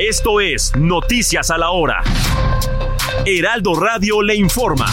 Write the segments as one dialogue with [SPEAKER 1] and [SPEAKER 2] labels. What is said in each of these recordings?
[SPEAKER 1] Esto es Noticias a la Hora. Heraldo Radio le informa.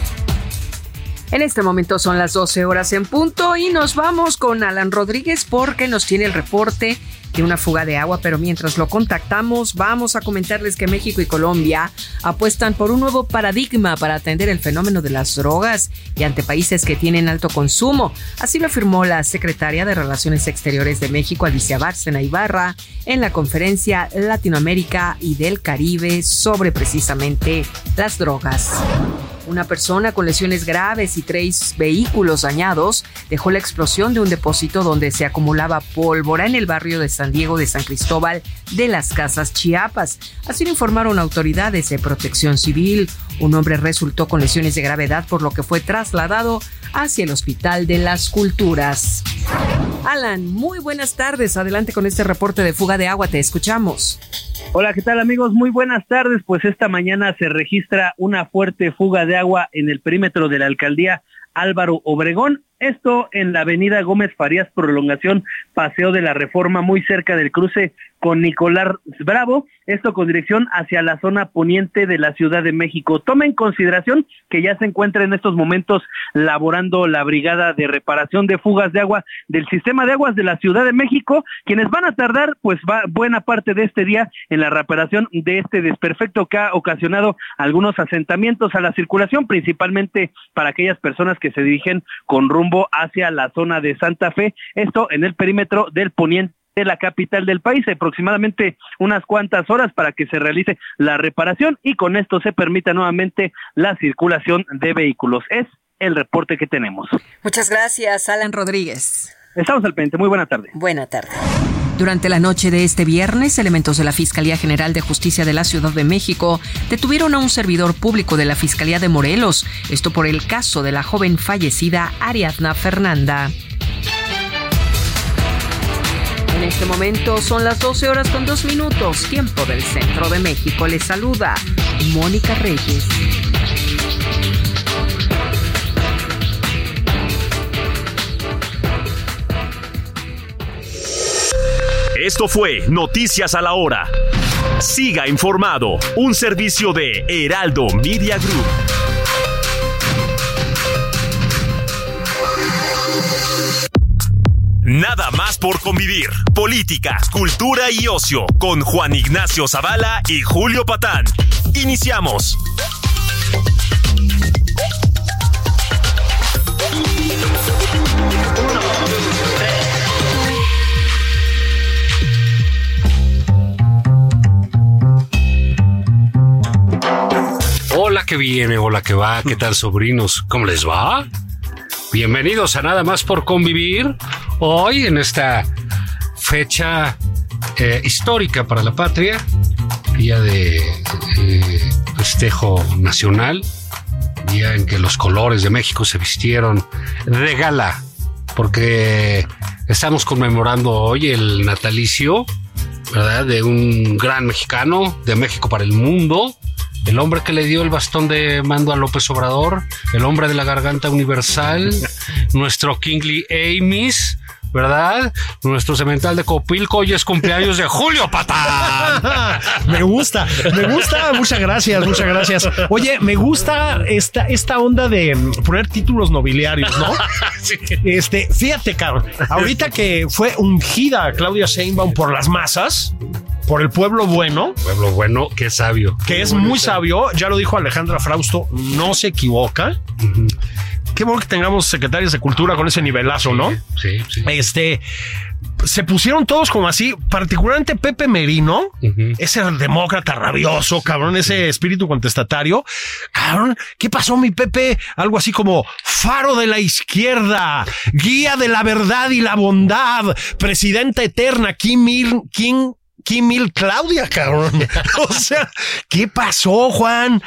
[SPEAKER 2] 12. En este momento son las 12 horas en punto y nos vamos con Alan Rodríguez porque nos tiene el reporte de una fuga de agua, pero mientras lo contactamos vamos a comentarles que México y Colombia apuestan por un nuevo paradigma para atender el fenómeno de las drogas y ante países que tienen alto consumo. Así lo afirmó la secretaria de Relaciones Exteriores de México, Alicia Bárcena Ibarra, en la conferencia Latinoamérica y del Caribe sobre precisamente las drogas. Una persona con lesiones graves y tres vehículos dañados dejó la explosión de un depósito donde se acumulaba pólvora en el barrio de San Diego de San Cristóbal de las Casas Chiapas. Así lo informaron autoridades de protección civil. Un hombre resultó con lesiones de gravedad por lo que fue trasladado hacia el Hospital de las Culturas. Alan, muy buenas tardes. Adelante con este reporte de fuga de agua. Te escuchamos.
[SPEAKER 3] Hola, ¿qué tal amigos? Muy buenas tardes. Pues esta mañana se registra una fuerte fuga de agua en el perímetro de la alcaldía Álvaro Obregón. Esto en la avenida Gómez Farías, prolongación Paseo de la Reforma, muy cerca del cruce con Nicolás Bravo, esto con dirección hacia la zona poniente de la Ciudad de México. Tome en consideración que ya se encuentra en estos momentos laborando la Brigada de Reparación de Fugas de Agua del Sistema de Aguas de la Ciudad de México, quienes van a tardar pues va buena parte de este día en la reparación de este desperfecto que ha ocasionado algunos asentamientos a la circulación, principalmente para aquellas personas que se dirigen con rumbo hacia la zona de Santa Fe, esto en el perímetro del poniente de la capital del país, aproximadamente unas cuantas horas para que se realice la reparación y con esto se permita nuevamente la circulación de vehículos. Es el reporte que tenemos.
[SPEAKER 2] Muchas gracias, Alan Rodríguez.
[SPEAKER 3] Estamos al pendiente. Muy buena tarde.
[SPEAKER 2] Buena tarde. Durante la noche de este viernes, elementos de la Fiscalía General de Justicia de la Ciudad de México detuvieron a un servidor público de la Fiscalía de Morelos, esto por el caso de la joven fallecida Ariadna Fernanda. En este momento son las 12 horas con 2 minutos, tiempo del centro de México. Les saluda Mónica Reyes.
[SPEAKER 1] Esto fue Noticias a la Hora. Siga informado, un servicio de Heraldo Media Group. Nada más por convivir. Política, cultura y ocio con Juan Ignacio Zavala y Julio Patán. Iniciamos.
[SPEAKER 4] Hola que viene, hola que va, ¿qué tal sobrinos? ¿Cómo les va? Bienvenidos a Nada más por convivir hoy en esta fecha eh, histórica para la patria, día de eh, festejo nacional, día en que los colores de México se vistieron de gala, porque estamos conmemorando hoy el natalicio, ¿verdad? De un gran mexicano de México para el mundo, el hombre que le dio el bastón de mando a López Obrador, el hombre de la garganta universal, nuestro Kingley Amis, ¿verdad? Nuestro cemental de Copilco hoy es cumpleaños de Julio Patán.
[SPEAKER 5] me gusta, me gusta, muchas gracias, muchas gracias. Oye, me gusta esta, esta onda de mm, poner títulos nobiliarios, ¿no? Este, fíjate, cabrón, ahorita que fue ungida Claudia Sheinbaum por las masas, por el pueblo bueno,
[SPEAKER 4] Pueblo bueno, qué sabio.
[SPEAKER 5] que es muy sabio, ya lo dijo Alejandra Frausto, no se equivoca.
[SPEAKER 6] qué bueno que tengamos secretarias de cultura con ese nivelazo, ¿no?
[SPEAKER 4] Sí, sí.
[SPEAKER 6] Este, se pusieron todos como así, particularmente Pepe Merino,
[SPEAKER 4] Ujú.
[SPEAKER 6] ese demócrata rabioso, cabrón, ese espíritu contestatario. Cabrón, ¿qué pasó, mi Pepe? Algo así como faro de la izquierda, guía de la verdad y la bondad, presidenta eterna, Kim Il, Kim, Kim Il Claudia, cabrón. O sea, ¿qué pasó, Juan?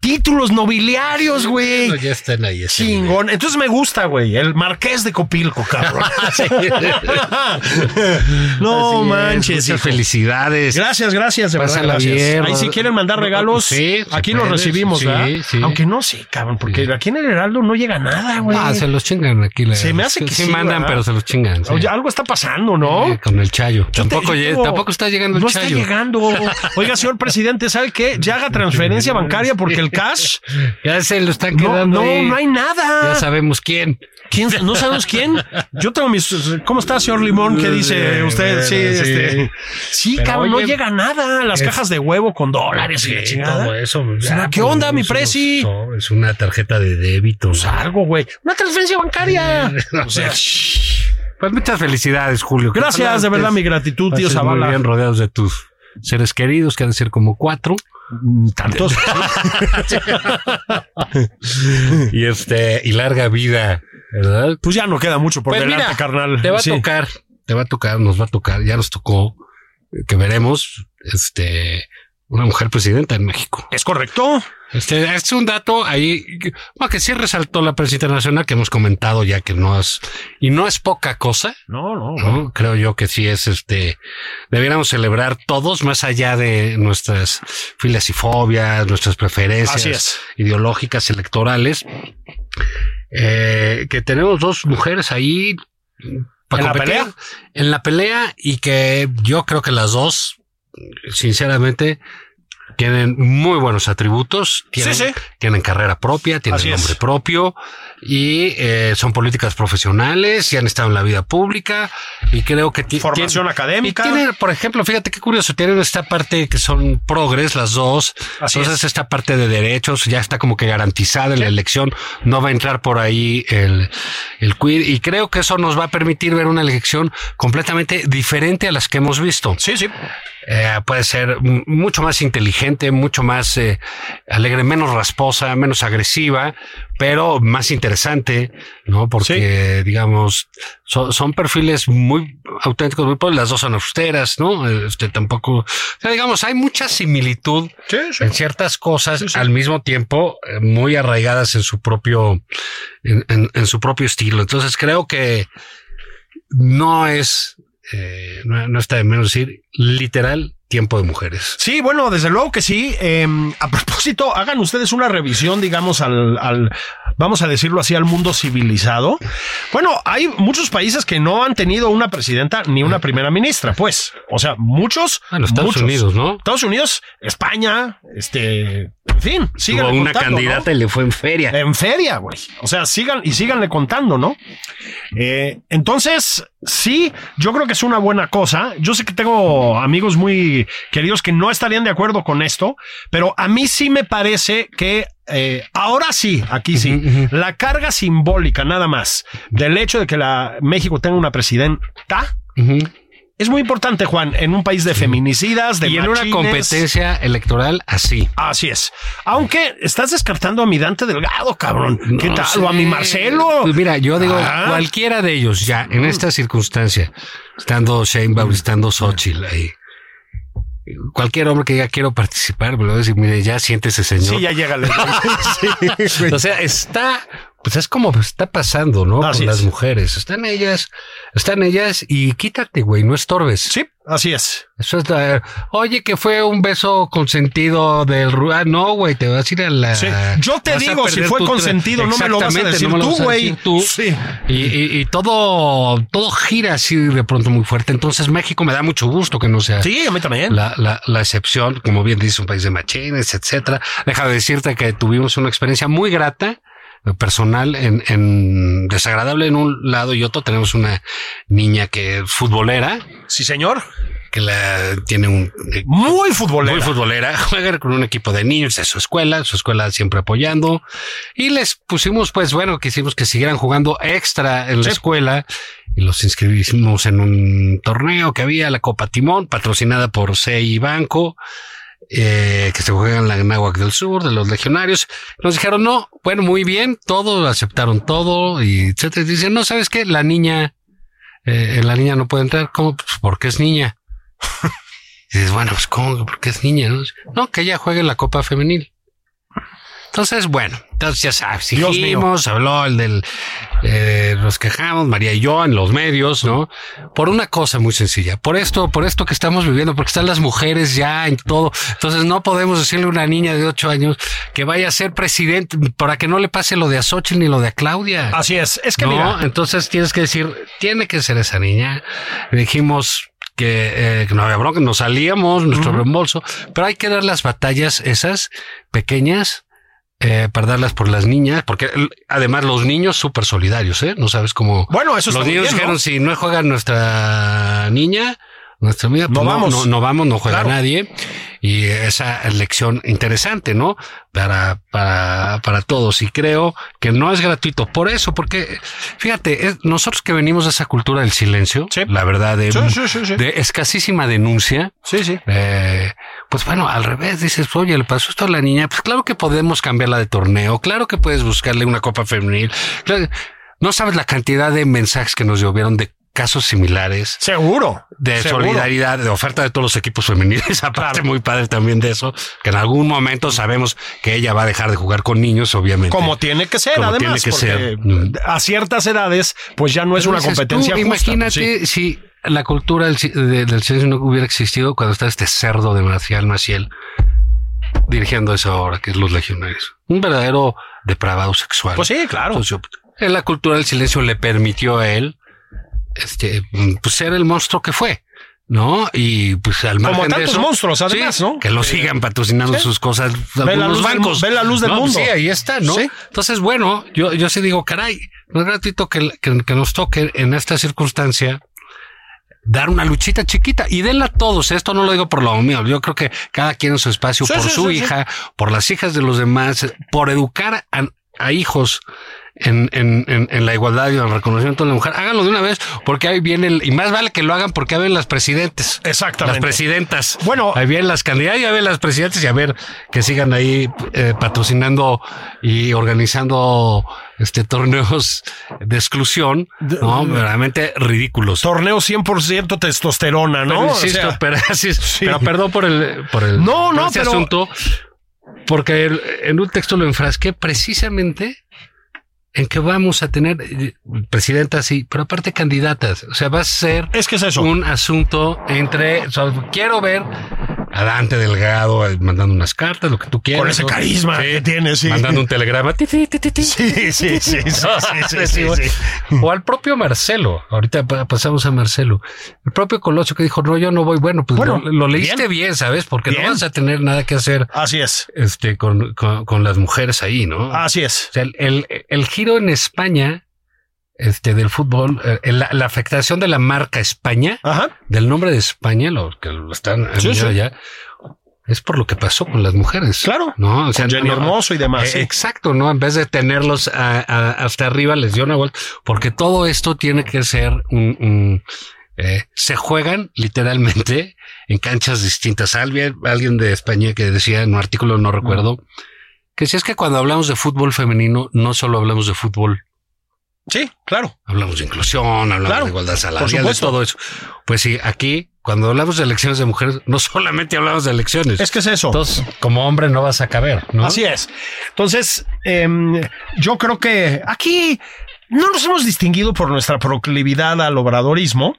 [SPEAKER 6] Títulos nobiliarios, güey.
[SPEAKER 4] Bueno, ya están ahí. ese nivel.
[SPEAKER 6] Chingón. Entonces me gusta, güey. El marqués de Copilco, cabrón. no
[SPEAKER 4] Así es,
[SPEAKER 6] manches.
[SPEAKER 4] Muchas
[SPEAKER 6] hijo.
[SPEAKER 4] felicidades.
[SPEAKER 6] Gracias, gracias, de
[SPEAKER 4] Pásala
[SPEAKER 6] verdad. gracias.
[SPEAKER 4] bien,
[SPEAKER 6] Ahí si
[SPEAKER 4] Rod-
[SPEAKER 6] quieren mandar
[SPEAKER 4] No, pues,
[SPEAKER 6] regalos,
[SPEAKER 4] sí,
[SPEAKER 6] aquí
[SPEAKER 4] se
[SPEAKER 6] los
[SPEAKER 4] puede,
[SPEAKER 6] recibimos,
[SPEAKER 4] sí,
[SPEAKER 6] ¿verdad?
[SPEAKER 4] sí.
[SPEAKER 6] Aunque no sé, cabrón, porque
[SPEAKER 4] Sí.
[SPEAKER 6] aquí en el Heraldo no llega nada, güey.
[SPEAKER 4] Ah, se los chingan aquí. la-
[SPEAKER 6] Se me hace que sí,
[SPEAKER 4] mandan,
[SPEAKER 6] ¿verdad?
[SPEAKER 4] pero se los chingan. sí.
[SPEAKER 6] Oye, algo está pasando, ¿no?
[SPEAKER 4] Sí, Eh, Con el chayo.
[SPEAKER 6] Yo te-
[SPEAKER 4] Tampoco,
[SPEAKER 6] yo
[SPEAKER 4] lle-
[SPEAKER 6] tengo-
[SPEAKER 4] tampoco está llegando el
[SPEAKER 6] no
[SPEAKER 4] chayo.
[SPEAKER 6] está llegando. Oiga, señor presidente, ¿sabe qué? Ya haga transferencia bancaria porque el cash
[SPEAKER 4] Ya se lo están
[SPEAKER 6] no,
[SPEAKER 4] quedando.
[SPEAKER 6] no,
[SPEAKER 4] ahí.
[SPEAKER 6] no hay
[SPEAKER 4] Ya
[SPEAKER 6] nada.
[SPEAKER 4] sabemos quién.
[SPEAKER 6] ¿Quién- no sabemos quién. Yo tengo mis. ¿Cómo está, señor Limón? ¿Qué dice
[SPEAKER 4] Sí,
[SPEAKER 6] usted?
[SPEAKER 4] bueno,
[SPEAKER 6] Sí,
[SPEAKER 4] sí.
[SPEAKER 6] este. Sí,
[SPEAKER 4] Pero,
[SPEAKER 6] cabrón,
[SPEAKER 4] oye,
[SPEAKER 6] no llega nada. Las
[SPEAKER 4] es-
[SPEAKER 6] cajas de huevo con dólares y la chingada.
[SPEAKER 4] Todo eso.
[SPEAKER 6] sea,
[SPEAKER 4] ya,
[SPEAKER 6] ¿qué
[SPEAKER 4] pues,
[SPEAKER 6] onda, mi
[SPEAKER 4] unos-
[SPEAKER 6] presi?
[SPEAKER 4] unos sobres, una tarjeta de débito.
[SPEAKER 6] Pues algo, güey. Una transferencia bancaria. O sea,
[SPEAKER 4] Pues muchas felicidades, Julio. Que ojalá
[SPEAKER 6] gracias, de verdad,
[SPEAKER 4] estés-
[SPEAKER 6] mi gratitud, tío
[SPEAKER 4] pases Muy
[SPEAKER 6] Zavala.
[SPEAKER 4] bien rodeados de tus seres queridos, que han de ser como cuatro.
[SPEAKER 6] Mm, Tantos.
[SPEAKER 4] Y este, y larga vida, ¿verdad?
[SPEAKER 6] Pues ya no queda mucho por
[SPEAKER 4] Pues
[SPEAKER 6] delante,
[SPEAKER 4] mira,
[SPEAKER 6] carnal.
[SPEAKER 4] Te va
[SPEAKER 6] Sí.
[SPEAKER 4] a tocar, te va a tocar, nos va a tocar, ya nos tocó, eh, que veremos, este, una mujer presidenta en México.
[SPEAKER 6] Es correcto.
[SPEAKER 4] Este es un dato ahí, que- bueno, que sí resaltó la prensa internacional que hemos comentado ya que no es, y no es poca cosa,
[SPEAKER 6] No, no.
[SPEAKER 4] ¿no? Creo yo que sí es este, debiéramos celebrar todos más allá de nuestras filas y fobias, nuestras preferencias
[SPEAKER 6] Así es.
[SPEAKER 4] ideológicas electorales, eh, que tenemos dos mujeres ahí para
[SPEAKER 6] ¿En la
[SPEAKER 4] competir
[SPEAKER 6] pelea?
[SPEAKER 4] en la pelea y que yo creo que las dos, sinceramente, tienen muy buenos atributos, tienen,
[SPEAKER 6] sí.
[SPEAKER 4] tienen carrera propia, tienen
[SPEAKER 6] Así es.
[SPEAKER 4] nombre propio y eh, son políticas profesionales y han estado en la vida pública y creo que ti-
[SPEAKER 6] Formación
[SPEAKER 4] y
[SPEAKER 6] académica.
[SPEAKER 4] tienen, por ejemplo, fíjate qué curioso, tienen esta parte que son progres, las dos.
[SPEAKER 6] Así
[SPEAKER 4] Entonces,
[SPEAKER 6] es.
[SPEAKER 4] esta parte de derechos ya está como que garantizada en la elección. No va a entrar por ahí el, el quid. Y creo que eso nos va a permitir ver una elección completamente diferente a las que hemos visto.
[SPEAKER 6] Sí, sí.
[SPEAKER 4] Eh, puede ser m- mucho más inteligente, mucho más eh, alegre, menos rasposa, menos agresiva, pero más interesante, ¿no? Porque, digamos, so- son perfiles muy auténticos, muy pobres. Las dos son austeras, ¿no? Este tampoco. O sea, digamos, hay mucha similitud
[SPEAKER 6] Sí, sí.
[SPEAKER 4] en ciertas cosas
[SPEAKER 6] Sí, sí.
[SPEAKER 4] al mismo tiempo eh, muy arraigadas en su propio en, en- en su propio estilo entonces creo que no es eh, no, no está de menos decir literal tiempo de mujeres
[SPEAKER 6] Sí, bueno, desde luego que sí. Eh, a propósito, hagan ustedes una revisión, digamos, al, al- vamos a decirlo así, al mundo civilizado. Bueno, hay muchos países que no han tenido una presidenta ni una primera ministra, pues. O sea, muchos.
[SPEAKER 4] bueno Estados
[SPEAKER 6] muchos.
[SPEAKER 4] Unidos no
[SPEAKER 6] Estados Unidos, España, este, en fin, sigan
[SPEAKER 4] tuvo una candidata y le fue en feria
[SPEAKER 6] en feria, güey. O sea, sigan y síganle contando, ¿no? Eh, entonces, sí, yo creo que es una buena cosa. Yo sé que tengo amigos muy queridos que no estarían de acuerdo con esto, pero a mí sí me parece que eh, ahora sí, aquí sí,
[SPEAKER 4] Ujú, ujú.
[SPEAKER 6] la carga simbólica nada más del hecho de que la México tenga una presidenta.
[SPEAKER 4] Ujú.
[SPEAKER 6] Es muy importante, Juan, en un país de feminicidas, de
[SPEAKER 4] y en una
[SPEAKER 6] machines.
[SPEAKER 4] competencia electoral así
[SPEAKER 6] Así es. Aunque estás descartando a mi Dante Delgado, cabrón. ¿Qué
[SPEAKER 4] No
[SPEAKER 6] tal?
[SPEAKER 4] sé.
[SPEAKER 6] O a mi Marcelo.
[SPEAKER 4] Pues mira, yo digo,
[SPEAKER 6] Ah.
[SPEAKER 4] cualquiera de ellos ya en esta circunstancia, estando Sheinbaum, estando Xochitl ahí. Cualquier hombre que diga quiero participar, me lo va a decir, mire, ya siéntese señor.
[SPEAKER 6] Sí, ya llégale. Sí, güey.
[SPEAKER 4] o sea, está, pues es como está pasando, ¿no?
[SPEAKER 6] Así
[SPEAKER 4] Con las
[SPEAKER 6] es.
[SPEAKER 4] mujeres. Están ellas, están ellas y quítate, güey, no estorbes.
[SPEAKER 6] Sí, así es.
[SPEAKER 4] Eso es la- oye, que fue un beso consentido del Ru- Ah, no, güey, te vas a ir a la.
[SPEAKER 6] Sí. Yo te
[SPEAKER 4] vas a
[SPEAKER 6] digo, si
[SPEAKER 4] perder
[SPEAKER 6] fue
[SPEAKER 4] tu tren.
[SPEAKER 6] consentido, no me lo vas a
[SPEAKER 4] Exactamente,
[SPEAKER 6] decir
[SPEAKER 4] no me lo
[SPEAKER 6] tú,
[SPEAKER 4] vas a
[SPEAKER 6] güey.
[SPEAKER 4] decir tú.
[SPEAKER 6] Sí.
[SPEAKER 4] Y, y- y todo, todo gira así de pronto muy fuerte. Entonces México me da mucho gusto que no sea
[SPEAKER 6] Sí, ¿eh? a mí también.
[SPEAKER 4] la, la- la excepción. Como bien dice, un país de machines, etcétera. Deja de decirte que tuvimos una experiencia muy grata personal en, en desagradable en un lado y otro tenemos una niña que es futbolera,
[SPEAKER 6] Sí, señor.
[SPEAKER 4] que la tiene un eh,
[SPEAKER 6] Muy futbolero.
[SPEAKER 4] muy futbolera, juega con un equipo de niños de su escuela, su escuela siempre apoyando. Y les pusimos, pues bueno, quisimos que siguieran jugando extra en la escuela y los inscribimos en un torneo que había, la Copa Timón, patrocinada por CI Banco, eh, que se juega en la Náhuac del Sur, de los legionarios. Nos dijeron, no, bueno, muy bien, todo, aceptaron todo y etcétera. Y Dicen, no, ¿sabes qué? La niña, eh, la niña no puede entrar. ¿Cómo? Pues porque es niña. Y dices, bueno, pues cómo, porque es niña, ¿no? No, que ella juegue la copa femenil. Entonces, bueno, entonces ya sabes,
[SPEAKER 6] Dios mío.
[SPEAKER 4] dijimos, habló el del, eh, nos quejamos, María y yo en los medios, ¿no? Por una cosa muy sencilla, por esto, por esto que estamos viviendo, porque están las mujeres ya en todo. Entonces no podemos decirle a una niña de ocho años que vaya a ser presidente para que no le pase lo de Azochil ni lo de a Claudia.
[SPEAKER 6] Así es. Es que
[SPEAKER 4] no,
[SPEAKER 6] mira,
[SPEAKER 4] entonces tienes que decir, tiene que ser esa niña. Le Dijimos que, eh, que no había bronca, nos salíamos, nuestro reembolso, pero hay que dar las batallas esas pequeñas. Eh, para darlas por las niñas, porque el- además los niños súper solidarios, ¿eh? No sabes cómo...
[SPEAKER 6] Bueno, eso está
[SPEAKER 4] Los
[SPEAKER 6] muy
[SPEAKER 4] niños
[SPEAKER 6] bien, ¿no?
[SPEAKER 4] dijeron, si no juega nuestra niña, nuestra amiga, pues
[SPEAKER 6] No
[SPEAKER 4] no,
[SPEAKER 6] vamos.
[SPEAKER 4] no- no vamos, no juega
[SPEAKER 6] Claro.
[SPEAKER 4] nadie. Y esa lección interesante, ¿no? Para, para, para todos. Y creo que no es gratuito. Por eso, porque fíjate, es- nosotros que venimos de esa cultura del silencio,
[SPEAKER 6] Sí.
[SPEAKER 4] la verdad, de,
[SPEAKER 6] Sí, sí, sí, sí.
[SPEAKER 4] de escasísima denuncia,
[SPEAKER 6] Sí, sí.
[SPEAKER 4] eh, pues bueno, al revés, dices, oye, le pasó esto a la niña, pues claro que podemos cambiarla de torneo, claro que puedes buscarle una copa femenil. Claro- No sabes la cantidad de mensajes que nos llovieron de casos similares,
[SPEAKER 6] Seguro.
[SPEAKER 4] de
[SPEAKER 6] Seguro.
[SPEAKER 4] solidaridad, de oferta de todos los equipos femeniles, aparte muy padre también de eso, que en algún momento sabemos que ella va a dejar de jugar con niños, obviamente.
[SPEAKER 6] Como tiene que ser,
[SPEAKER 4] Como tiene
[SPEAKER 6] además.
[SPEAKER 4] que
[SPEAKER 6] porque
[SPEAKER 4] ser. Mm.
[SPEAKER 6] A ciertas edades, pues ya no es
[SPEAKER 4] Pero
[SPEAKER 6] una
[SPEAKER 4] dices,
[SPEAKER 6] competencia
[SPEAKER 4] tú
[SPEAKER 6] justa. pues, Sí.
[SPEAKER 4] Imagínate si la cultura del, si- de- del silencio no hubiera existido cuando está este cerdo de Marcial Maciel dirigiendo esa obra que es Los Legionarios. Un verdadero depravado sexual.
[SPEAKER 6] Pues sí, claro.
[SPEAKER 4] Sociópata. En eh, la cultura del silencio le permitió a él este, mm, pues, ser el monstruo que fue. ¿No? Y pues al
[SPEAKER 6] Como
[SPEAKER 4] margen de
[SPEAKER 6] tantos
[SPEAKER 4] eso,
[SPEAKER 6] monstruos, además,
[SPEAKER 4] sí,
[SPEAKER 6] ¿no?
[SPEAKER 4] Que lo sigan patrocinando
[SPEAKER 6] sí.
[SPEAKER 4] sus cosas.
[SPEAKER 6] la
[SPEAKER 4] algunos
[SPEAKER 6] luz del mu-
[SPEAKER 4] bancos.
[SPEAKER 6] ve la luz del
[SPEAKER 4] No, pues,
[SPEAKER 6] mundo.
[SPEAKER 4] Sí, ahí está, ¿no?
[SPEAKER 6] Sí.
[SPEAKER 4] Entonces, bueno, yo, yo sí digo, caray, no es gratuito que, que- que nos toque en esta circunstancia dar una luchita chiquita y denla a todos. Esto no lo digo por lo mío. Yo creo que cada quien en su espacio,
[SPEAKER 6] Sí,
[SPEAKER 4] por
[SPEAKER 6] sí,
[SPEAKER 4] su
[SPEAKER 6] sí, sí.
[SPEAKER 4] hija, por las hijas de los demás, por educar a, a hijos. En, en- en- en la igualdad y en el reconocimiento de la mujer, háganlo de una vez, porque ahí viene el, y más vale que lo hagan porque ahí ven las presidentes. Las
[SPEAKER 6] Exactamente.
[SPEAKER 4] presidentas.
[SPEAKER 6] Bueno.
[SPEAKER 4] ahí vienen las candidatas, ya ven las presidentes y a ver que sigan ahí eh, patrocinando y organizando este torneos de exclusión, no, verdaderamente ridículos.
[SPEAKER 6] Torneo 100% testosterona, ¿no?
[SPEAKER 4] Pero
[SPEAKER 6] O
[SPEAKER 4] insisto,
[SPEAKER 6] sea,
[SPEAKER 4] pero, así es. Pero perdón por el, por el
[SPEAKER 6] No,
[SPEAKER 4] por
[SPEAKER 6] no,
[SPEAKER 4] este
[SPEAKER 6] pero-
[SPEAKER 4] asunto, porque el- en un texto lo enfrasqué precisamente en que vamos a tener eh, presidentas, sí, pero aparte candidatas. O sea, va a ser
[SPEAKER 6] es que es eso.
[SPEAKER 4] un asunto entre. o sea, quiero ver a Dante Delgado eh, mandando unas cartas, lo que tú quieras.
[SPEAKER 6] Con ese
[SPEAKER 4] ¿no?
[SPEAKER 6] carisma
[SPEAKER 4] Sí.
[SPEAKER 6] que tiene, sí.
[SPEAKER 4] Mandando un telegrama. ti, ti, ti, ti, ti.
[SPEAKER 6] Sí, sí, sí, sí, sí, sí, sí, sí.
[SPEAKER 4] O al propio Marcelo. Ahorita pa- pasamos a Marcelo. El propio Colosio que dijo, no, yo no voy. Bueno, pues
[SPEAKER 6] Bueno,
[SPEAKER 4] lo, lo leíste bien, ¿sabes? Porque
[SPEAKER 6] Bien.
[SPEAKER 4] no vas a tener nada que hacer
[SPEAKER 6] Así es,
[SPEAKER 4] este, con, con- con las mujeres ahí, ¿no?
[SPEAKER 6] así es.
[SPEAKER 4] O sea, el, el- el giro en España este, del fútbol, eh, la, la afectación de la marca España
[SPEAKER 6] Ajá.
[SPEAKER 4] del nombre de España, lo que lo están
[SPEAKER 6] Sí, sí.
[SPEAKER 4] ya es por lo que pasó con las mujeres.
[SPEAKER 6] Claro.
[SPEAKER 4] No, o sea,
[SPEAKER 6] Con Jenny
[SPEAKER 4] no-
[SPEAKER 6] Hermoso y demás.
[SPEAKER 4] eh,
[SPEAKER 6] sí.
[SPEAKER 4] Exacto, ¿no? En vez de tenerlos a- a- hasta arriba, les dio una vuelta, porque todo esto tiene que ser un... un, eh, se juegan literalmente en canchas distintas. Alguien, alguien de España que decía en un artículo, no recuerdo, que si es que cuando hablamos de fútbol femenino, no solo hablamos de fútbol
[SPEAKER 6] Sí, claro.
[SPEAKER 4] hablamos de inclusión, hablamos
[SPEAKER 6] Claro,
[SPEAKER 4] de igualdad salarial, de
[SPEAKER 6] supuesto.
[SPEAKER 4] todo eso. Pues sí, aquí cuando hablamos de elecciones de mujeres, no solamente hablamos de elecciones.
[SPEAKER 6] Es que es eso.
[SPEAKER 4] Entonces, como hombre no vas a caber, ¿no?
[SPEAKER 6] Así es. Entonces, em, yo creo que aquí no nos hemos distinguido por nuestra proclividad al obradorismo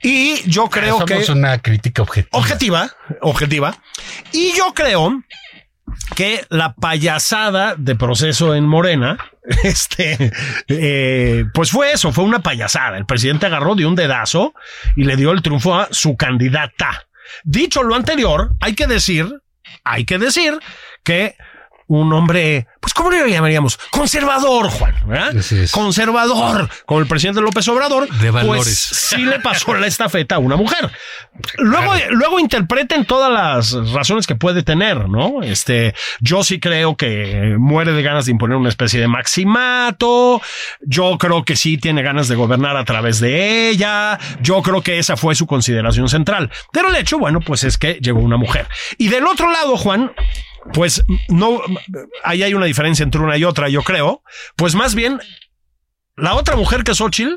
[SPEAKER 6] y yo creo
[SPEAKER 4] Ah, Somos
[SPEAKER 6] que
[SPEAKER 4] una crítica objetiva.
[SPEAKER 6] objetiva, objetiva, y yo creo que la payasada de proceso en Morena, este, eh, pues fue eso, fue una payasada. El presidente agarró de un dedazo y le dio el triunfo a su candidata. Dicho lo anterior, hay que decir, hay que decir que un hombre, pues, ¿cómo le llamaríamos? Conservador, Juan, ¿verdad?
[SPEAKER 4] Así es.
[SPEAKER 6] Conservador, como el presidente López Obrador.
[SPEAKER 4] De valores.
[SPEAKER 6] Pues sí le pasó la estafeta a una mujer. Luego, luego interpreten todas las razones que puede tener, ¿no? Este, yo sí creo que muere de ganas de imponer una especie de maximato. Yo creo que sí tiene ganas de gobernar a través de ella. Yo creo que esa fue su consideración central. Pero el hecho, bueno, pues es que llegó una mujer. Y del otro lado, Juan, pues no, ahí hay una diferencia entre una y otra, yo creo. Pues más bien, la otra mujer que es Xochitl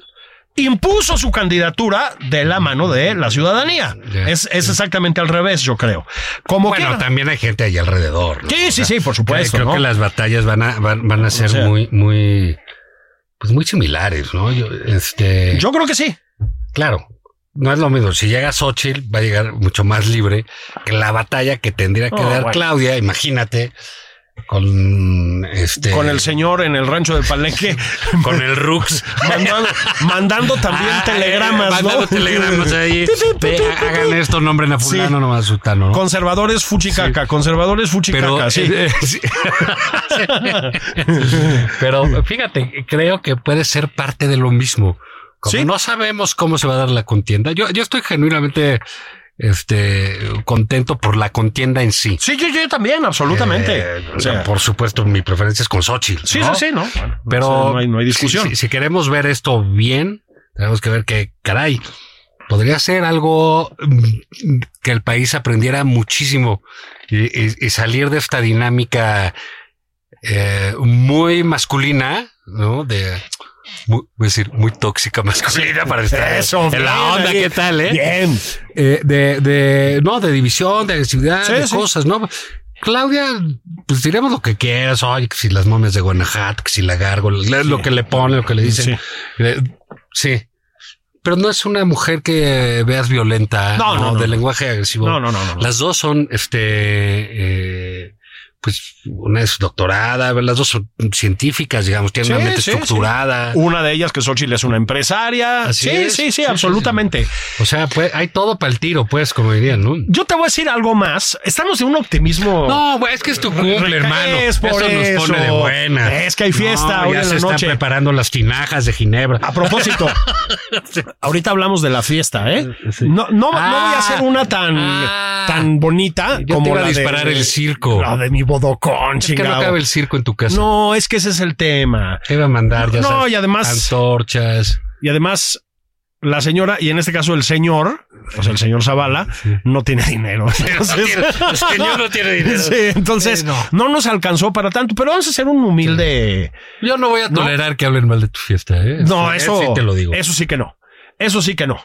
[SPEAKER 6] impuso su candidatura de la mano de la ciudadanía.
[SPEAKER 4] Ya,
[SPEAKER 6] es, es exactamente al revés, yo creo. Como
[SPEAKER 4] Bueno,
[SPEAKER 6] quiera-
[SPEAKER 4] también hay gente ahí alrededor. ¿no?
[SPEAKER 6] Sí, sí, sí, por supuesto,
[SPEAKER 4] Creo
[SPEAKER 6] ¿no?
[SPEAKER 4] que las batallas van a, van, van a ser
[SPEAKER 6] sea.
[SPEAKER 4] muy, muy, pues muy similares, ¿no? Yo, este,
[SPEAKER 6] Yo creo que sí.
[SPEAKER 4] claro, no es lo mismo. Si llega Xochitl, va a llegar mucho más libre que la batalla que tendría que
[SPEAKER 6] Oh,
[SPEAKER 4] dar
[SPEAKER 6] bueno.
[SPEAKER 4] Claudia, imagínate, con este,
[SPEAKER 6] Con el señor en el rancho del Palenque
[SPEAKER 4] con el Rux.
[SPEAKER 6] mandando, mandando también
[SPEAKER 4] Ah,
[SPEAKER 6] telegramas, ¿no?
[SPEAKER 4] mandando telegramas ahí. Ve, hagan esto, nombren a fulano, nomás sultano, ¿no?
[SPEAKER 6] Conservadores fuchicaca, conservadores fuchicaca,
[SPEAKER 4] pero,
[SPEAKER 6] sí.
[SPEAKER 4] eh, eh, sí. pero fíjate, creo que puede ser parte de lo mismo. Como
[SPEAKER 6] Sí.
[SPEAKER 4] no sabemos cómo se va a dar la contienda. Yo, yo estoy genuinamente este, contento por la contienda en sí.
[SPEAKER 6] Sí, yo, yo también, absolutamente.
[SPEAKER 4] Eh,
[SPEAKER 6] O sea,
[SPEAKER 4] por supuesto, mi preferencia es con Xochitl.
[SPEAKER 6] sí,
[SPEAKER 4] ¿no?
[SPEAKER 6] sí, sí, ¿no?
[SPEAKER 4] Pero
[SPEAKER 6] O sea, no hay, no hay discusión.
[SPEAKER 4] Si, si- si queremos ver esto bien, tenemos que ver que, caray, podría ser algo mm, que el país aprendiera muchísimo y, y- y salir de esta dinámica eh, muy masculina, ¿no? De, muy, voy a decir, muy tóxica masculina para estar
[SPEAKER 6] Eso,
[SPEAKER 4] en la
[SPEAKER 6] bien,
[SPEAKER 4] onda,
[SPEAKER 6] ahí.
[SPEAKER 4] ¿qué tal, eh?
[SPEAKER 6] Bien.
[SPEAKER 4] Eh, de, de, no, de división, de agresividad,
[SPEAKER 6] Sí,
[SPEAKER 4] de
[SPEAKER 6] sí.
[SPEAKER 4] cosas, ¿no? Claudia, pues diremos lo que quieras, oye, que si las momias de Guanajuato, que si la gárgola, le- lo que le pone, lo que le dicen. Eh, Sí. Pero no es una mujer que veas violenta,
[SPEAKER 6] No,
[SPEAKER 4] no,
[SPEAKER 6] no, no,
[SPEAKER 4] de
[SPEAKER 6] no.
[SPEAKER 4] lenguaje agresivo.
[SPEAKER 6] No, no, no, no. no.
[SPEAKER 4] Las dos son, este, eh, pues una es doctorada, las dos son científicas, digamos, tienen
[SPEAKER 6] Sí,
[SPEAKER 4] una mente
[SPEAKER 6] sí, sí.
[SPEAKER 4] estructurada.
[SPEAKER 6] Una de ellas, que Xochitl es una empresaria.
[SPEAKER 4] Así
[SPEAKER 6] sí,
[SPEAKER 4] es.
[SPEAKER 6] sí, sí,
[SPEAKER 4] Sí, sí,
[SPEAKER 6] absolutamente.
[SPEAKER 4] O sea, pues hay todo para el tiro, pues, como dirían, ¿no?
[SPEAKER 6] Yo te voy a decir algo más. Estamos en un optimismo.
[SPEAKER 4] No, güey, es que es tu cumple, hermano.
[SPEAKER 6] Es
[SPEAKER 4] eso,
[SPEAKER 6] por
[SPEAKER 4] nos pone de
[SPEAKER 6] eso.
[SPEAKER 4] buena.
[SPEAKER 6] Es que hay fiesta hoy
[SPEAKER 4] ya
[SPEAKER 6] en
[SPEAKER 4] se
[SPEAKER 6] la
[SPEAKER 4] están
[SPEAKER 6] noche.
[SPEAKER 4] preparando las tinajas de Ginebra.
[SPEAKER 6] A propósito, ahorita hablamos de la fiesta, ¿eh? No, no, no voy a hacer una tan,
[SPEAKER 4] Ah.
[SPEAKER 6] tan bonita
[SPEAKER 4] Yo te
[SPEAKER 6] como
[SPEAKER 4] iba a
[SPEAKER 6] la de-
[SPEAKER 4] disparar el circo.
[SPEAKER 6] La de mi bodocón,
[SPEAKER 4] es Ah, que no
[SPEAKER 6] chingado.
[SPEAKER 4] cabe el circo en tu casa.
[SPEAKER 6] no, es que ese es el tema.
[SPEAKER 4] Te iba a mandar, ya
[SPEAKER 6] No,
[SPEAKER 4] sabes,
[SPEAKER 6] y además-
[SPEAKER 4] Antorchas.
[SPEAKER 6] Y además, la señora, y en este caso el señor, o sea, el señor Zavala, no tiene dinero. Entonces,
[SPEAKER 4] El señor no tiene dinero.
[SPEAKER 6] sí, entonces
[SPEAKER 4] Sí,
[SPEAKER 6] no.
[SPEAKER 4] no.
[SPEAKER 6] nos alcanzó para tanto, pero vamos a ser un humilde.
[SPEAKER 4] Yo no voy a tolerar que hablen mal de tu fiesta, ¿eh?
[SPEAKER 6] No, eso,
[SPEAKER 4] sí te lo digo.
[SPEAKER 6] Eso sí que no. Eso sí que no.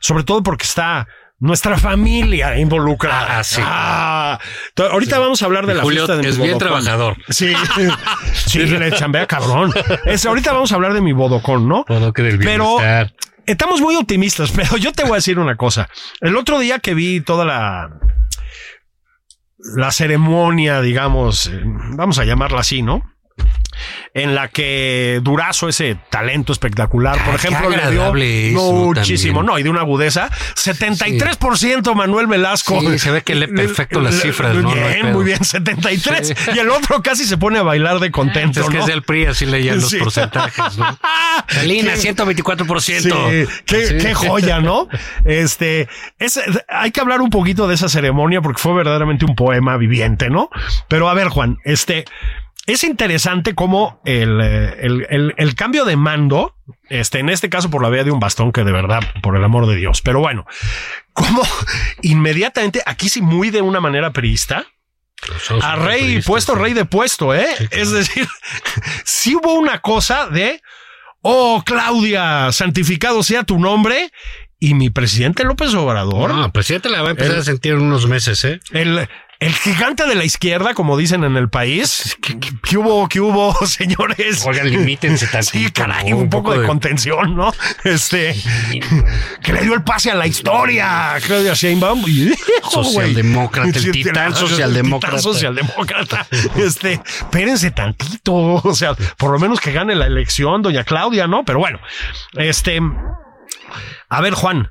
[SPEAKER 6] Sobre todo porque está nuestra familia involucrada.
[SPEAKER 4] Ah, sí.
[SPEAKER 6] Ah, to- ahorita vamos a hablar de la
[SPEAKER 4] Julio
[SPEAKER 6] fiesta de mi
[SPEAKER 4] es bien
[SPEAKER 6] bodocón.
[SPEAKER 4] trabajador.
[SPEAKER 6] Sí, sí, le chambea cabrón. Es, ahorita vamos a hablar de mi bodocón, ¿no?
[SPEAKER 4] Todo que del
[SPEAKER 6] Pero-
[SPEAKER 4] bienestar.
[SPEAKER 6] Estamos muy optimistas, pero yo te voy a decir una cosa. El otro día que vi toda la la ceremonia, digamos, eh, vamos a llamarla así, ¿no? En la que Durazo, ese talento espectacular, por
[SPEAKER 4] Ah,
[SPEAKER 6] ejemplo,
[SPEAKER 4] qué
[SPEAKER 6] le dio
[SPEAKER 4] agradable eso
[SPEAKER 6] muchísimo,
[SPEAKER 4] también.
[SPEAKER 6] no, y de una agudeza, 73% Manuel Velasco.
[SPEAKER 4] Sí, se ve que lee perfecto las
[SPEAKER 6] Le-
[SPEAKER 4] cifras,
[SPEAKER 6] Muy
[SPEAKER 4] ¿no? No hay
[SPEAKER 6] bien,
[SPEAKER 4] pedo.
[SPEAKER 6] muy bien, 73.
[SPEAKER 4] Sí.
[SPEAKER 6] Y el otro casi se pone a bailar de contento,
[SPEAKER 4] Es que
[SPEAKER 6] ¿no?
[SPEAKER 4] es del PRI, así leían los
[SPEAKER 6] Sí.
[SPEAKER 4] porcentajes, ¿no? Salina, 124%.
[SPEAKER 6] Sí, qué,
[SPEAKER 4] Así.
[SPEAKER 6] qué joya, ¿no? Este, es, hay que hablar un poquito de esa ceremonia porque fue verdaderamente un poema viviente, ¿no? Pero a ver, Juan, este, es interesante cómo el, eh, el- el- el cambio de mando, este, en este caso por la vía de un bastón que de verdad, por el amor de Dios, pero bueno, como inmediatamente, aquí sí muy de una manera priista, a rey puesto, rey de puesto, ¿eh? Es decir, sí hubo una cosa de, oh, Claudia, santificado sea tu nombre y mi presidente López Obrador,
[SPEAKER 4] No, presidente la va a empezar
[SPEAKER 6] El-
[SPEAKER 4] a sentir en unos meses, ¿eh?
[SPEAKER 6] el, el gigante de la izquierda, como dicen en el país. ¿Qué, qué- qué hubo, qué hubo, señores?
[SPEAKER 4] Oigan, limítense tantito.
[SPEAKER 6] Sí, caray,
[SPEAKER 4] ¿no?
[SPEAKER 6] un poco de contención, ¿no? Este, que le dio el pase a la historia, Claudia Sheinbaum. Hijo, güey.
[SPEAKER 4] Socialdemócrata, el titán socialdemócrata.
[SPEAKER 6] El titán socialdemócrata. Este, espérense tantito. O sea, por lo menos que gane la elección, doña Claudia, ¿no? Pero bueno, este. A ver, Juan.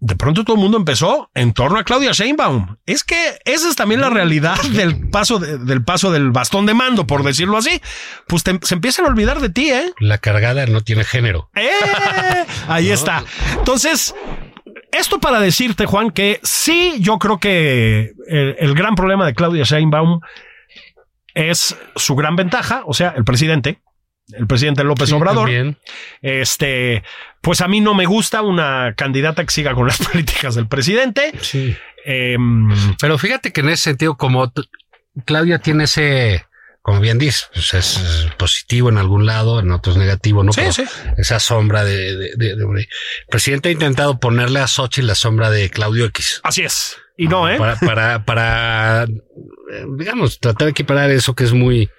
[SPEAKER 6] de pronto todo el mundo empezó en torno a Claudia Sheinbaum. Es que esa es también
[SPEAKER 4] Mm.
[SPEAKER 6] la realidad del paso, de- del paso del bastón de mando, por decirlo así. Pues te- se empiezan a olvidar de ti, ¿eh?
[SPEAKER 4] La cargada no tiene género.
[SPEAKER 6] ¡Eh! Ahí está. Entonces, esto para decirte, Juan, que sí, yo creo que el, el gran problema de Claudia Sheinbaum es su gran ventaja, o sea, el presidente, el presidente López
[SPEAKER 4] Sí,
[SPEAKER 6] Obrador.
[SPEAKER 4] también.
[SPEAKER 6] Este, pues a mí no me gusta una candidata que siga con las políticas del presidente.
[SPEAKER 4] Sí.
[SPEAKER 6] Em,
[SPEAKER 4] Pero fíjate que en ese sentido, como t- Claudia tiene ese, como bien dice, pues es eh, positivo en algún lado, en otros negativo, ¿no?
[SPEAKER 6] sí,
[SPEAKER 4] Pero
[SPEAKER 6] sí.
[SPEAKER 4] Esa sombra de, de- de- de- de- El presidente ha intentado ponerle a Sochi la sombra de Claudio X.
[SPEAKER 6] Así es. Y no, ¿eh?
[SPEAKER 4] Para, para, para, eh, digamos, tratar de equiparar eso que es muy,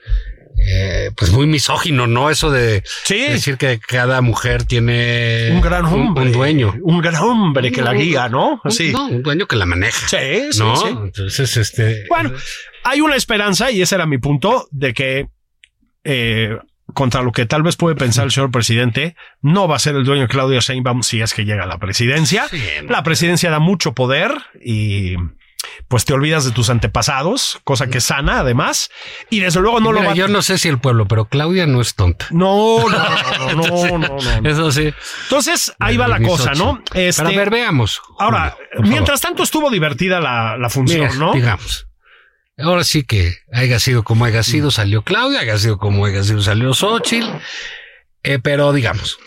[SPEAKER 4] eh, pues muy misógino, ¿no? Eso de
[SPEAKER 6] Sí.
[SPEAKER 4] decir que cada mujer tiene
[SPEAKER 6] Un gran hombre.
[SPEAKER 4] pues, un, dueño.
[SPEAKER 6] Un gran hombre que la guía, ¿no?
[SPEAKER 4] Un-
[SPEAKER 6] Sí.
[SPEAKER 4] no, un dueño que la maneja.
[SPEAKER 6] Sí, sí,
[SPEAKER 4] ¿no?
[SPEAKER 6] sí.
[SPEAKER 4] Entonces, este.
[SPEAKER 6] Bueno, hay una esperanza, y ese era mi punto, de que eh, contra lo que tal vez puede pensar el señor presidente, no va a ser el dueño Claudia Sheinbaum si es que llega a la presidencia.
[SPEAKER 4] sí,
[SPEAKER 6] La presidencia da mucho poder y pues te olvidas de tus antepasados, cosa que es sana además, y desde luego no
[SPEAKER 4] Mira,
[SPEAKER 6] lo va
[SPEAKER 4] Yo no sé si el pueblo, pero Claudia no es tonta.
[SPEAKER 6] No, no, no, no, no, no, no.
[SPEAKER 4] Eso sí.
[SPEAKER 6] Entonces, ahí va la cosa, ¿no? Este,
[SPEAKER 4] Pero a ver, veamos.
[SPEAKER 6] ahora,
[SPEAKER 4] Julio, por
[SPEAKER 6] mientras tanto estuvo divertida la, la
[SPEAKER 4] favor. Mira,
[SPEAKER 6] función, ¿no?
[SPEAKER 4] digamos. Ahora sí que haya sido como haya sido,
[SPEAKER 6] Mm.
[SPEAKER 4] salió Claudia, haya sido como haya sido, salió Xochitl. Eh, pero digamos,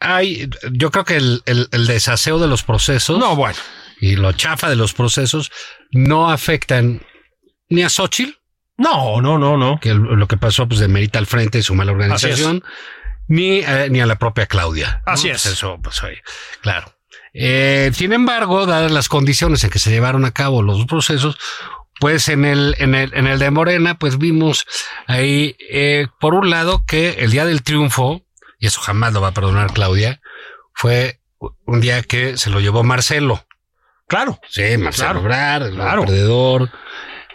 [SPEAKER 4] hay, yo creo que el, el- el desaseo de los procesos
[SPEAKER 6] No, bueno.
[SPEAKER 4] y lo chafa de los procesos no afectan ni a Xochitl,
[SPEAKER 6] No, no, no, no.
[SPEAKER 4] que el- lo que pasó pues demerita al frente y su mala organización, ni, eh, ni a la propia Claudia.
[SPEAKER 6] Así
[SPEAKER 4] Pues
[SPEAKER 6] es.
[SPEAKER 4] eso, pues oye, claro. Eh, sin embargo, dadas las condiciones en que se llevaron a cabo los procesos, pues en el, en el, en el de Morena, pues vimos ahí, eh, por un lado, que el día del triunfo, y eso jamás lo va a perdonar Claudia, fue un día que se lo llevó Marcelo.
[SPEAKER 6] Claro.
[SPEAKER 4] Sí, Marcelo
[SPEAKER 6] Claro,
[SPEAKER 4] Ebrard, el
[SPEAKER 6] claro.
[SPEAKER 4] perdedor.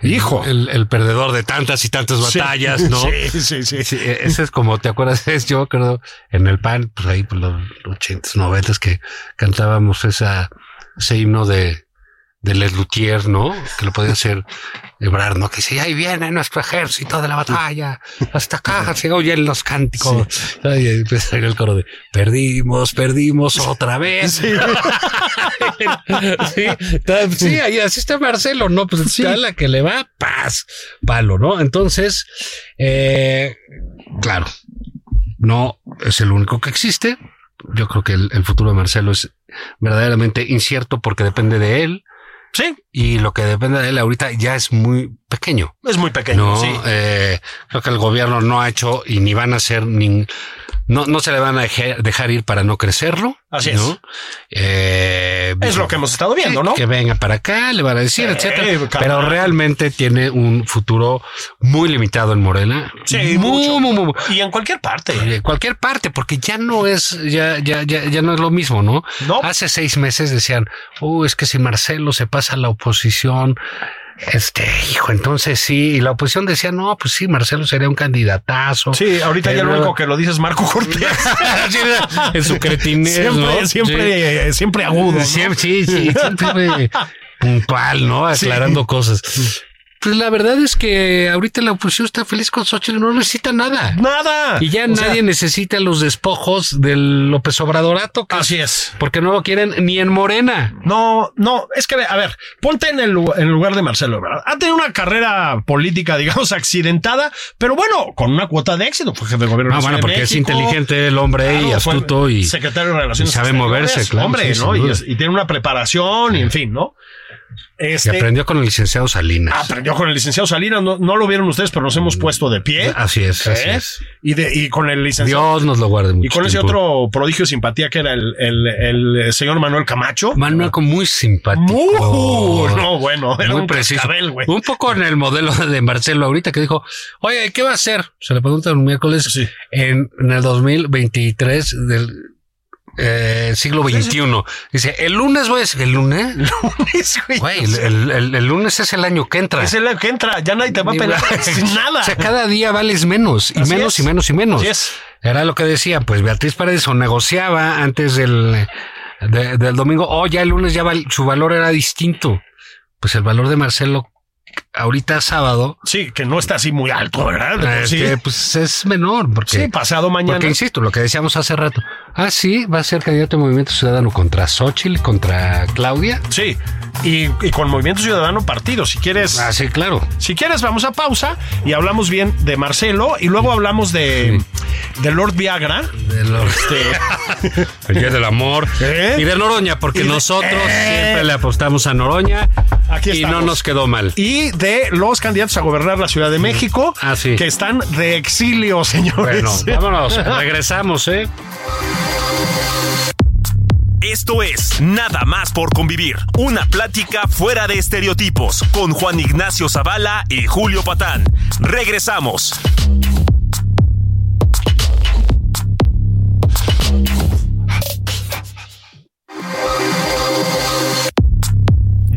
[SPEAKER 6] Hijo.
[SPEAKER 4] El, el perdedor de tantas y tantas
[SPEAKER 6] Sí.
[SPEAKER 4] batallas, ¿no?
[SPEAKER 6] Sí, sí, sí.
[SPEAKER 4] Sí, e- ese es como, ¿te acuerdas? Es yo creo en el pan, pues ahí por los 80s, 90 que cantábamos esa, ese himno de, de Les Luthiers, ¿no? Que lo podía hacer Ebrard, ¿no? Que decía, ahí viene nuestro ejército de la batalla, hasta acá se oyen los cánticos. Ay, Y empieza a ir el coro de, perdimos, perdimos otra vez. Sí, ta- sí, ahí así está Marcelo, ¿no? Pues está la que le va, paz, palo, ¿no? Entonces, eh, claro, no es el único que existe. Yo creo que el, el futuro de Marcelo es verdaderamente incierto porque depende de él
[SPEAKER 6] Sí,
[SPEAKER 4] y lo que depende de él ahorita ya es muy pequeño.
[SPEAKER 6] es muy pequeño.
[SPEAKER 4] no,
[SPEAKER 6] sí.
[SPEAKER 4] Eh, creo que el gobierno no ha hecho y ni van a hacer ni no, no se le van a dejar, dejar ir para no crecerlo.
[SPEAKER 6] Así
[SPEAKER 4] ¿no?
[SPEAKER 6] es.
[SPEAKER 4] Eh,
[SPEAKER 6] Es lo que hemos estado viendo, ¿no?
[SPEAKER 4] que venga para acá, le van a decir,
[SPEAKER 6] Eh,
[SPEAKER 4] etcétera.
[SPEAKER 6] cabrón.
[SPEAKER 4] Pero realmente tiene un futuro muy limitado en Morena.
[SPEAKER 6] Sí,
[SPEAKER 4] muy,
[SPEAKER 6] mucho.
[SPEAKER 4] muy, muy,
[SPEAKER 6] Y en cualquier parte.
[SPEAKER 4] de cualquier parte, porque ya no es, ya, ya, ya, ya no es lo mismo, ¿no?
[SPEAKER 6] No.
[SPEAKER 4] Hace seis meses decían, oh, es que si Marcelo se pasa a la oposición, este hijo, entonces sí. Y la oposición decía, no, pues sí, Marcelo sería un candidatazo.
[SPEAKER 6] Sí, ahorita ya
[SPEAKER 4] Eh,
[SPEAKER 6] lo
[SPEAKER 4] luego-
[SPEAKER 6] único que lo dices es Marco Cortés.
[SPEAKER 4] Sí, en su cretinez,
[SPEAKER 6] siempre,
[SPEAKER 4] ¿no?
[SPEAKER 6] siempre,
[SPEAKER 4] Sí.
[SPEAKER 6] eh, siempre agudo. ¿no?
[SPEAKER 4] Siempre, sí, sí, siempre puntual, ¿no? Aclarando cosas. Pues la verdad es que ahorita la oposición está feliz con Xochitl, no necesita nada.
[SPEAKER 6] Nada.
[SPEAKER 4] Y ya
[SPEAKER 6] O sea,
[SPEAKER 4] nadie necesita los despojos del López Obradorato, que-
[SPEAKER 6] así es.
[SPEAKER 4] porque no lo quieren ni en Morena.
[SPEAKER 6] No, no, es que, a ver, ponte en el, lu- en el lugar de Marcelo, ¿verdad? Ha tenido una carrera política, digamos, accidentada, pero bueno, con una cuota de éxito. Fue jefe de gobierno. de
[SPEAKER 4] No,
[SPEAKER 6] la
[SPEAKER 4] Ah, bueno,
[SPEAKER 6] Ciudad de
[SPEAKER 4] porque es
[SPEAKER 6] México.
[SPEAKER 4] inteligente el hombre y
[SPEAKER 6] Claro, fue
[SPEAKER 4] astuto y
[SPEAKER 6] secretario de Relaciones
[SPEAKER 4] y sabe
[SPEAKER 6] Exteriores,
[SPEAKER 4] moverse, claro,
[SPEAKER 6] Hombre,
[SPEAKER 4] sí,
[SPEAKER 6] ¿no?
[SPEAKER 4] sin
[SPEAKER 6] Y,
[SPEAKER 4] duda.
[SPEAKER 6] es- y tiene una preparación y en fin, ¿no?
[SPEAKER 4] que
[SPEAKER 6] Este,
[SPEAKER 4] aprendió con el licenciado Salinas.
[SPEAKER 6] aprendió con el licenciado Salinas, no, no lo vieron ustedes, pero nos hemos puesto de pie.
[SPEAKER 4] Así es, así
[SPEAKER 6] ¿Eh?
[SPEAKER 4] es.
[SPEAKER 6] Y, de, y con el licenciado.
[SPEAKER 4] Dios nos lo guarde mucho
[SPEAKER 6] Y con ese
[SPEAKER 4] tiempo.
[SPEAKER 6] otro prodigio de simpatía que era el, el- el eh, señor Manuel Camacho.
[SPEAKER 4] Manuel con muy simpático.
[SPEAKER 6] ¡Mujú! No, bueno, era
[SPEAKER 4] muy
[SPEAKER 6] un
[SPEAKER 4] preciso.
[SPEAKER 6] cascabel, güey.
[SPEAKER 4] Un poco en el modelo de Marcelo ahorita que dijo, oye, ¿qué va a hacer? Se le pregunta un miércoles
[SPEAKER 6] Sí.
[SPEAKER 4] en, en el 2023 del eh, siglo XXI. Dice, el lunes voy a decir, ¿el lunes?
[SPEAKER 6] Es, güey,
[SPEAKER 4] Güey, el, el- el- el lunes es el año que entra.
[SPEAKER 6] es el que entra, ya nadie te va a
[SPEAKER 4] Ni-
[SPEAKER 6] pelar sin nada.
[SPEAKER 4] O sea, cada día vales menos y
[SPEAKER 6] Así
[SPEAKER 4] menos
[SPEAKER 6] es.
[SPEAKER 4] y menos y menos.
[SPEAKER 6] Así es.
[SPEAKER 4] Era lo que decía, pues Beatriz Paredes o negociaba antes del de- del domingo, oh, ya el lunes ya val- su valor era distinto. Pues el valor de Marcelo ahorita sábado,
[SPEAKER 6] Sí, que no está así muy alto, ¿verdad? De por sí.
[SPEAKER 4] este, pues es menor, porque,
[SPEAKER 6] Sí, pasado mañana.
[SPEAKER 4] porque insisto, lo que decíamos hace rato, ah, sí, va a ser candidato de Movimiento Ciudadano contra Xochitl, contra Claudia.
[SPEAKER 6] Sí. Y, y con Movimiento Ciudadano Partido, si quieres.
[SPEAKER 4] Ah, sí, claro.
[SPEAKER 6] Si quieres, vamos a pausa y hablamos bien de Marcelo y luego hablamos de, de Lord Viagra.
[SPEAKER 4] De los- El día del amor
[SPEAKER 6] este. ¿Eh?
[SPEAKER 4] y de Noroña, porque
[SPEAKER 6] Y de-
[SPEAKER 4] nosotros
[SPEAKER 6] ¡Eh!
[SPEAKER 4] siempre le apostamos a Noroña
[SPEAKER 6] Aquí
[SPEAKER 4] y no
[SPEAKER 6] estamos.
[SPEAKER 4] nos quedó mal.
[SPEAKER 6] Y de los candidatos a gobernar la Ciudad de México
[SPEAKER 4] Ah, sí.
[SPEAKER 6] que están de exilio,
[SPEAKER 4] Bueno,
[SPEAKER 6] señores.
[SPEAKER 4] vámonos, regresamos, ¿eh?
[SPEAKER 1] Esto es Nada más por convivir, una plática fuera de estereotipos con Juan Ignacio Zavala y Julio Patán. Regresamos.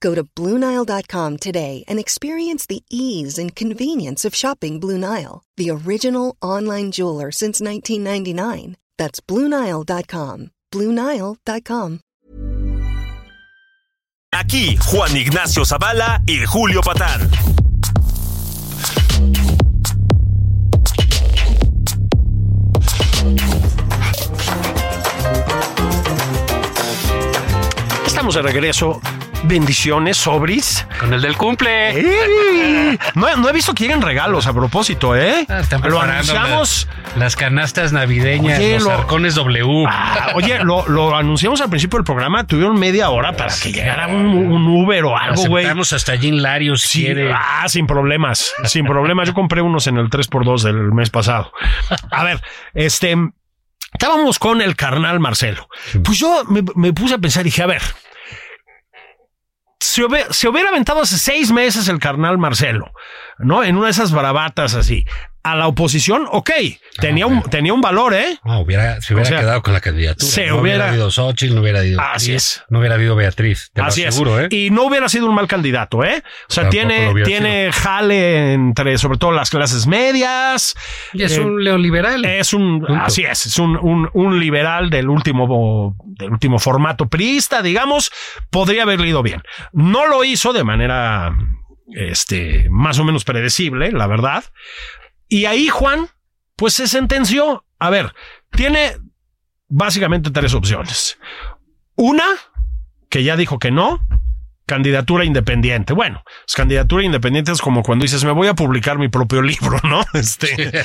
[SPEAKER 7] Go to BlueNile.com today and experience the ease and convenience of shopping Blue Nile, the original online jeweler since 1999. That's BlueNile.com. BlueNile.com.
[SPEAKER 1] Aquí Juan Ignacio Zavala y Julio Patán.
[SPEAKER 6] Estamos de regreso. Bendiciones, sobris.
[SPEAKER 4] Con el del
[SPEAKER 6] ¿Eh?
[SPEAKER 4] cumple.
[SPEAKER 6] ¡Ey! No, no he visto que lleguen regalos a propósito, ¿eh?
[SPEAKER 4] Ah, están
[SPEAKER 6] lo
[SPEAKER 4] preparando
[SPEAKER 6] anunciamos.
[SPEAKER 4] la- las canastas navideñas,
[SPEAKER 6] Oye,
[SPEAKER 4] los
[SPEAKER 6] lo-
[SPEAKER 4] arcones W.
[SPEAKER 6] Ah, oye, lo, lo anunciamos al principio del programa. Tuvieron media hora para que llegara un, un Uber o algo, güey.
[SPEAKER 4] Aceptamos hasta Jim Lario si
[SPEAKER 6] Sí,
[SPEAKER 4] quiere.
[SPEAKER 6] ah, sin problemas, sin problemas. Yo compré unos en el 3x2 del mes pasado. A ver, este, estábamos con el carnal Marcelo. Pues yo me, me puse a pensar y dije, a ver, se, hube- se hubiera aventado hace seis meses el carnal Marcelo, ¿no? En una de esas bravatas así. A la oposición, ok, tenía
[SPEAKER 4] Ah,
[SPEAKER 6] un, tenía un valor, ¿eh?
[SPEAKER 4] No, Ah, hubiera, se hubiera
[SPEAKER 6] O sea,
[SPEAKER 4] quedado con la candidatura.
[SPEAKER 6] se
[SPEAKER 4] no
[SPEAKER 6] hubiera-
[SPEAKER 4] habido Xochitl, no hubiera habido.
[SPEAKER 6] Así
[SPEAKER 4] Beatriz,
[SPEAKER 6] es.
[SPEAKER 4] No hubiera habido Beatriz. Te
[SPEAKER 6] Así
[SPEAKER 4] lo aseguro,
[SPEAKER 6] es.
[SPEAKER 4] ¿eh?
[SPEAKER 6] Y no hubiera sido un mal candidato, ¿eh? O
[SPEAKER 4] Tampoco
[SPEAKER 6] sea,
[SPEAKER 4] lo
[SPEAKER 6] tiene,
[SPEAKER 4] hubiera
[SPEAKER 6] tiene jale entre, sobre todo, las clases medias.
[SPEAKER 4] Y es
[SPEAKER 6] eh,
[SPEAKER 4] un neoliberal.
[SPEAKER 6] Es un,
[SPEAKER 4] Punto.
[SPEAKER 6] así es, es un, un- un liberal del último, del último formato priista, digamos, podría haber ido bien. No lo hizo de manera, este, más o menos predecible, la verdad. Y ahí Juan, pues se sentenció. A ver, tiene básicamente tres opciones. Una, que ya dijo que no, candidatura independiente. Bueno, pues, candidatura independiente es como cuando dices, me voy a publicar mi propio libro, ¿no? Este,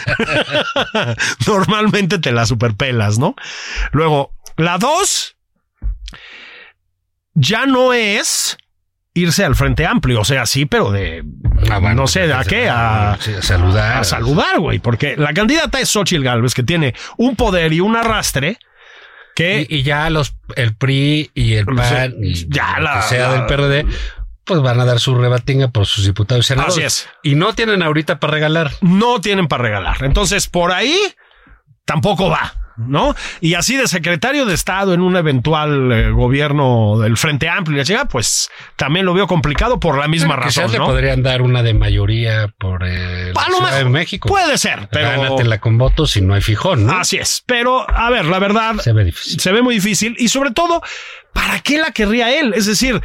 [SPEAKER 6] normalmente te la superpelas, ¿no? Luego, la dos, ya no es irse al Frente Amplio, o sea, sí, pero de,
[SPEAKER 4] Ah, bueno,
[SPEAKER 6] no sé, ¿a
[SPEAKER 4] sí,
[SPEAKER 6] qué? A,
[SPEAKER 4] sí, a saludar.
[SPEAKER 6] a saludar, güey, porque la candidata es Xochitl Galvez, que tiene un poder y un arrastre que...
[SPEAKER 4] Y, y ya los el PRI y el
[SPEAKER 6] Sí,
[SPEAKER 4] PAN y
[SPEAKER 6] Pues, eh, ya
[SPEAKER 4] lo
[SPEAKER 6] la-
[SPEAKER 4] que sea
[SPEAKER 6] la-
[SPEAKER 4] del PRD, pues van a dar su rebatinga por sus diputados y senadores.
[SPEAKER 6] Así es.
[SPEAKER 4] Y no tienen ahorita para regalar.
[SPEAKER 6] no tienen para regalar. Entonces, por ahí tampoco va, ¿no? Y así de secretario de Estado en un eventual eh, gobierno del Frente Amplio, y la chingada, pues también lo veo complicado por la misma
[SPEAKER 4] Bueno,
[SPEAKER 6] razón,
[SPEAKER 4] Quizás
[SPEAKER 6] ¿no?
[SPEAKER 4] le podrían dar una de mayoría por eh, la
[SPEAKER 6] A lo
[SPEAKER 4] Ciudad de
[SPEAKER 6] mejor
[SPEAKER 4] México.
[SPEAKER 6] Puede ser, pero
[SPEAKER 4] Gánatela con votos si no hay fijón, ¿no?
[SPEAKER 6] así es. Pero a ver, la verdad
[SPEAKER 4] Se ve difícil.
[SPEAKER 6] se ve muy difícil y sobre todo, ¿para qué la querría él? Es decir,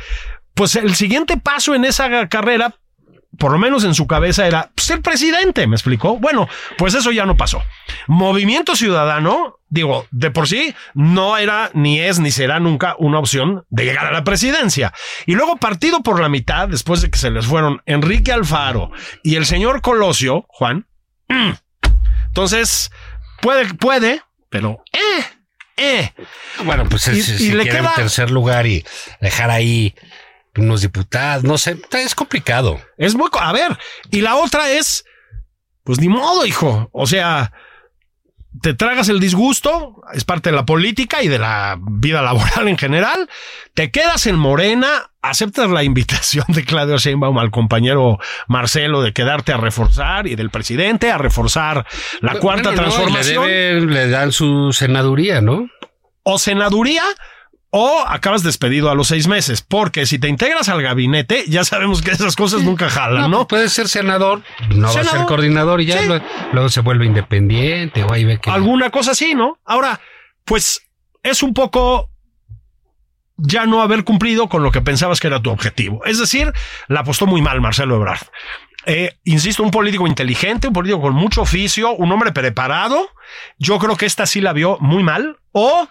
[SPEAKER 6] pues el siguiente paso en esa carrera, por lo menos en su cabeza, era ser presidente, ¿me explicó? Bueno, pues eso ya no pasó. Movimiento Ciudadano, digo, de por sí, no era, ni es, ni será nunca una opción de llegar a la presidencia. Y luego partido por la mitad, después de que se les fueron Enrique Alfaro y el señor Colosio, Juan. mm. Entonces, puede, puede, pero... Eh, eh.
[SPEAKER 4] Bueno, pues
[SPEAKER 6] Y-
[SPEAKER 4] si,
[SPEAKER 6] y
[SPEAKER 4] si
[SPEAKER 6] le
[SPEAKER 4] quieren
[SPEAKER 6] queda-
[SPEAKER 4] tercer lugar y dejar ahí unos diputados, no sé, es complicado.
[SPEAKER 6] Es muy. co- A ver, y la otra es, pues ni modo, hijo. O sea, te tragas el disgusto, es parte de la política y de la vida laboral en general, te quedas en Morena, aceptas la invitación de Claudio Sheinbaum al compañero Marcelo de quedarte a reforzar y del presidente a reforzar la
[SPEAKER 4] Bueno,
[SPEAKER 6] cuarta
[SPEAKER 4] no,
[SPEAKER 6] transformación
[SPEAKER 4] Le, debe- le dan su senaduría, ¿no?
[SPEAKER 6] o senaduría o acabas despedido a los seis meses, porque si te integras al gabinete, ya sabemos que esas cosas nunca jalan, ¿no?
[SPEAKER 4] pues puede ser senador, no va a ser
[SPEAKER 6] Senador.
[SPEAKER 4] coordinador y ya
[SPEAKER 6] Sí.
[SPEAKER 4] lo- luego se vuelve independiente o ahí ve que.
[SPEAKER 6] alguna cosa así, ¿no? Ahora, pues es un poco ya no haber cumplido con lo que pensabas que era tu objetivo. Es decir, la apostó muy mal Marcelo Ebrard. Eh, insisto, un político inteligente, un político con mucho oficio, un hombre preparado. Yo creo que esta sí la vio muy mal o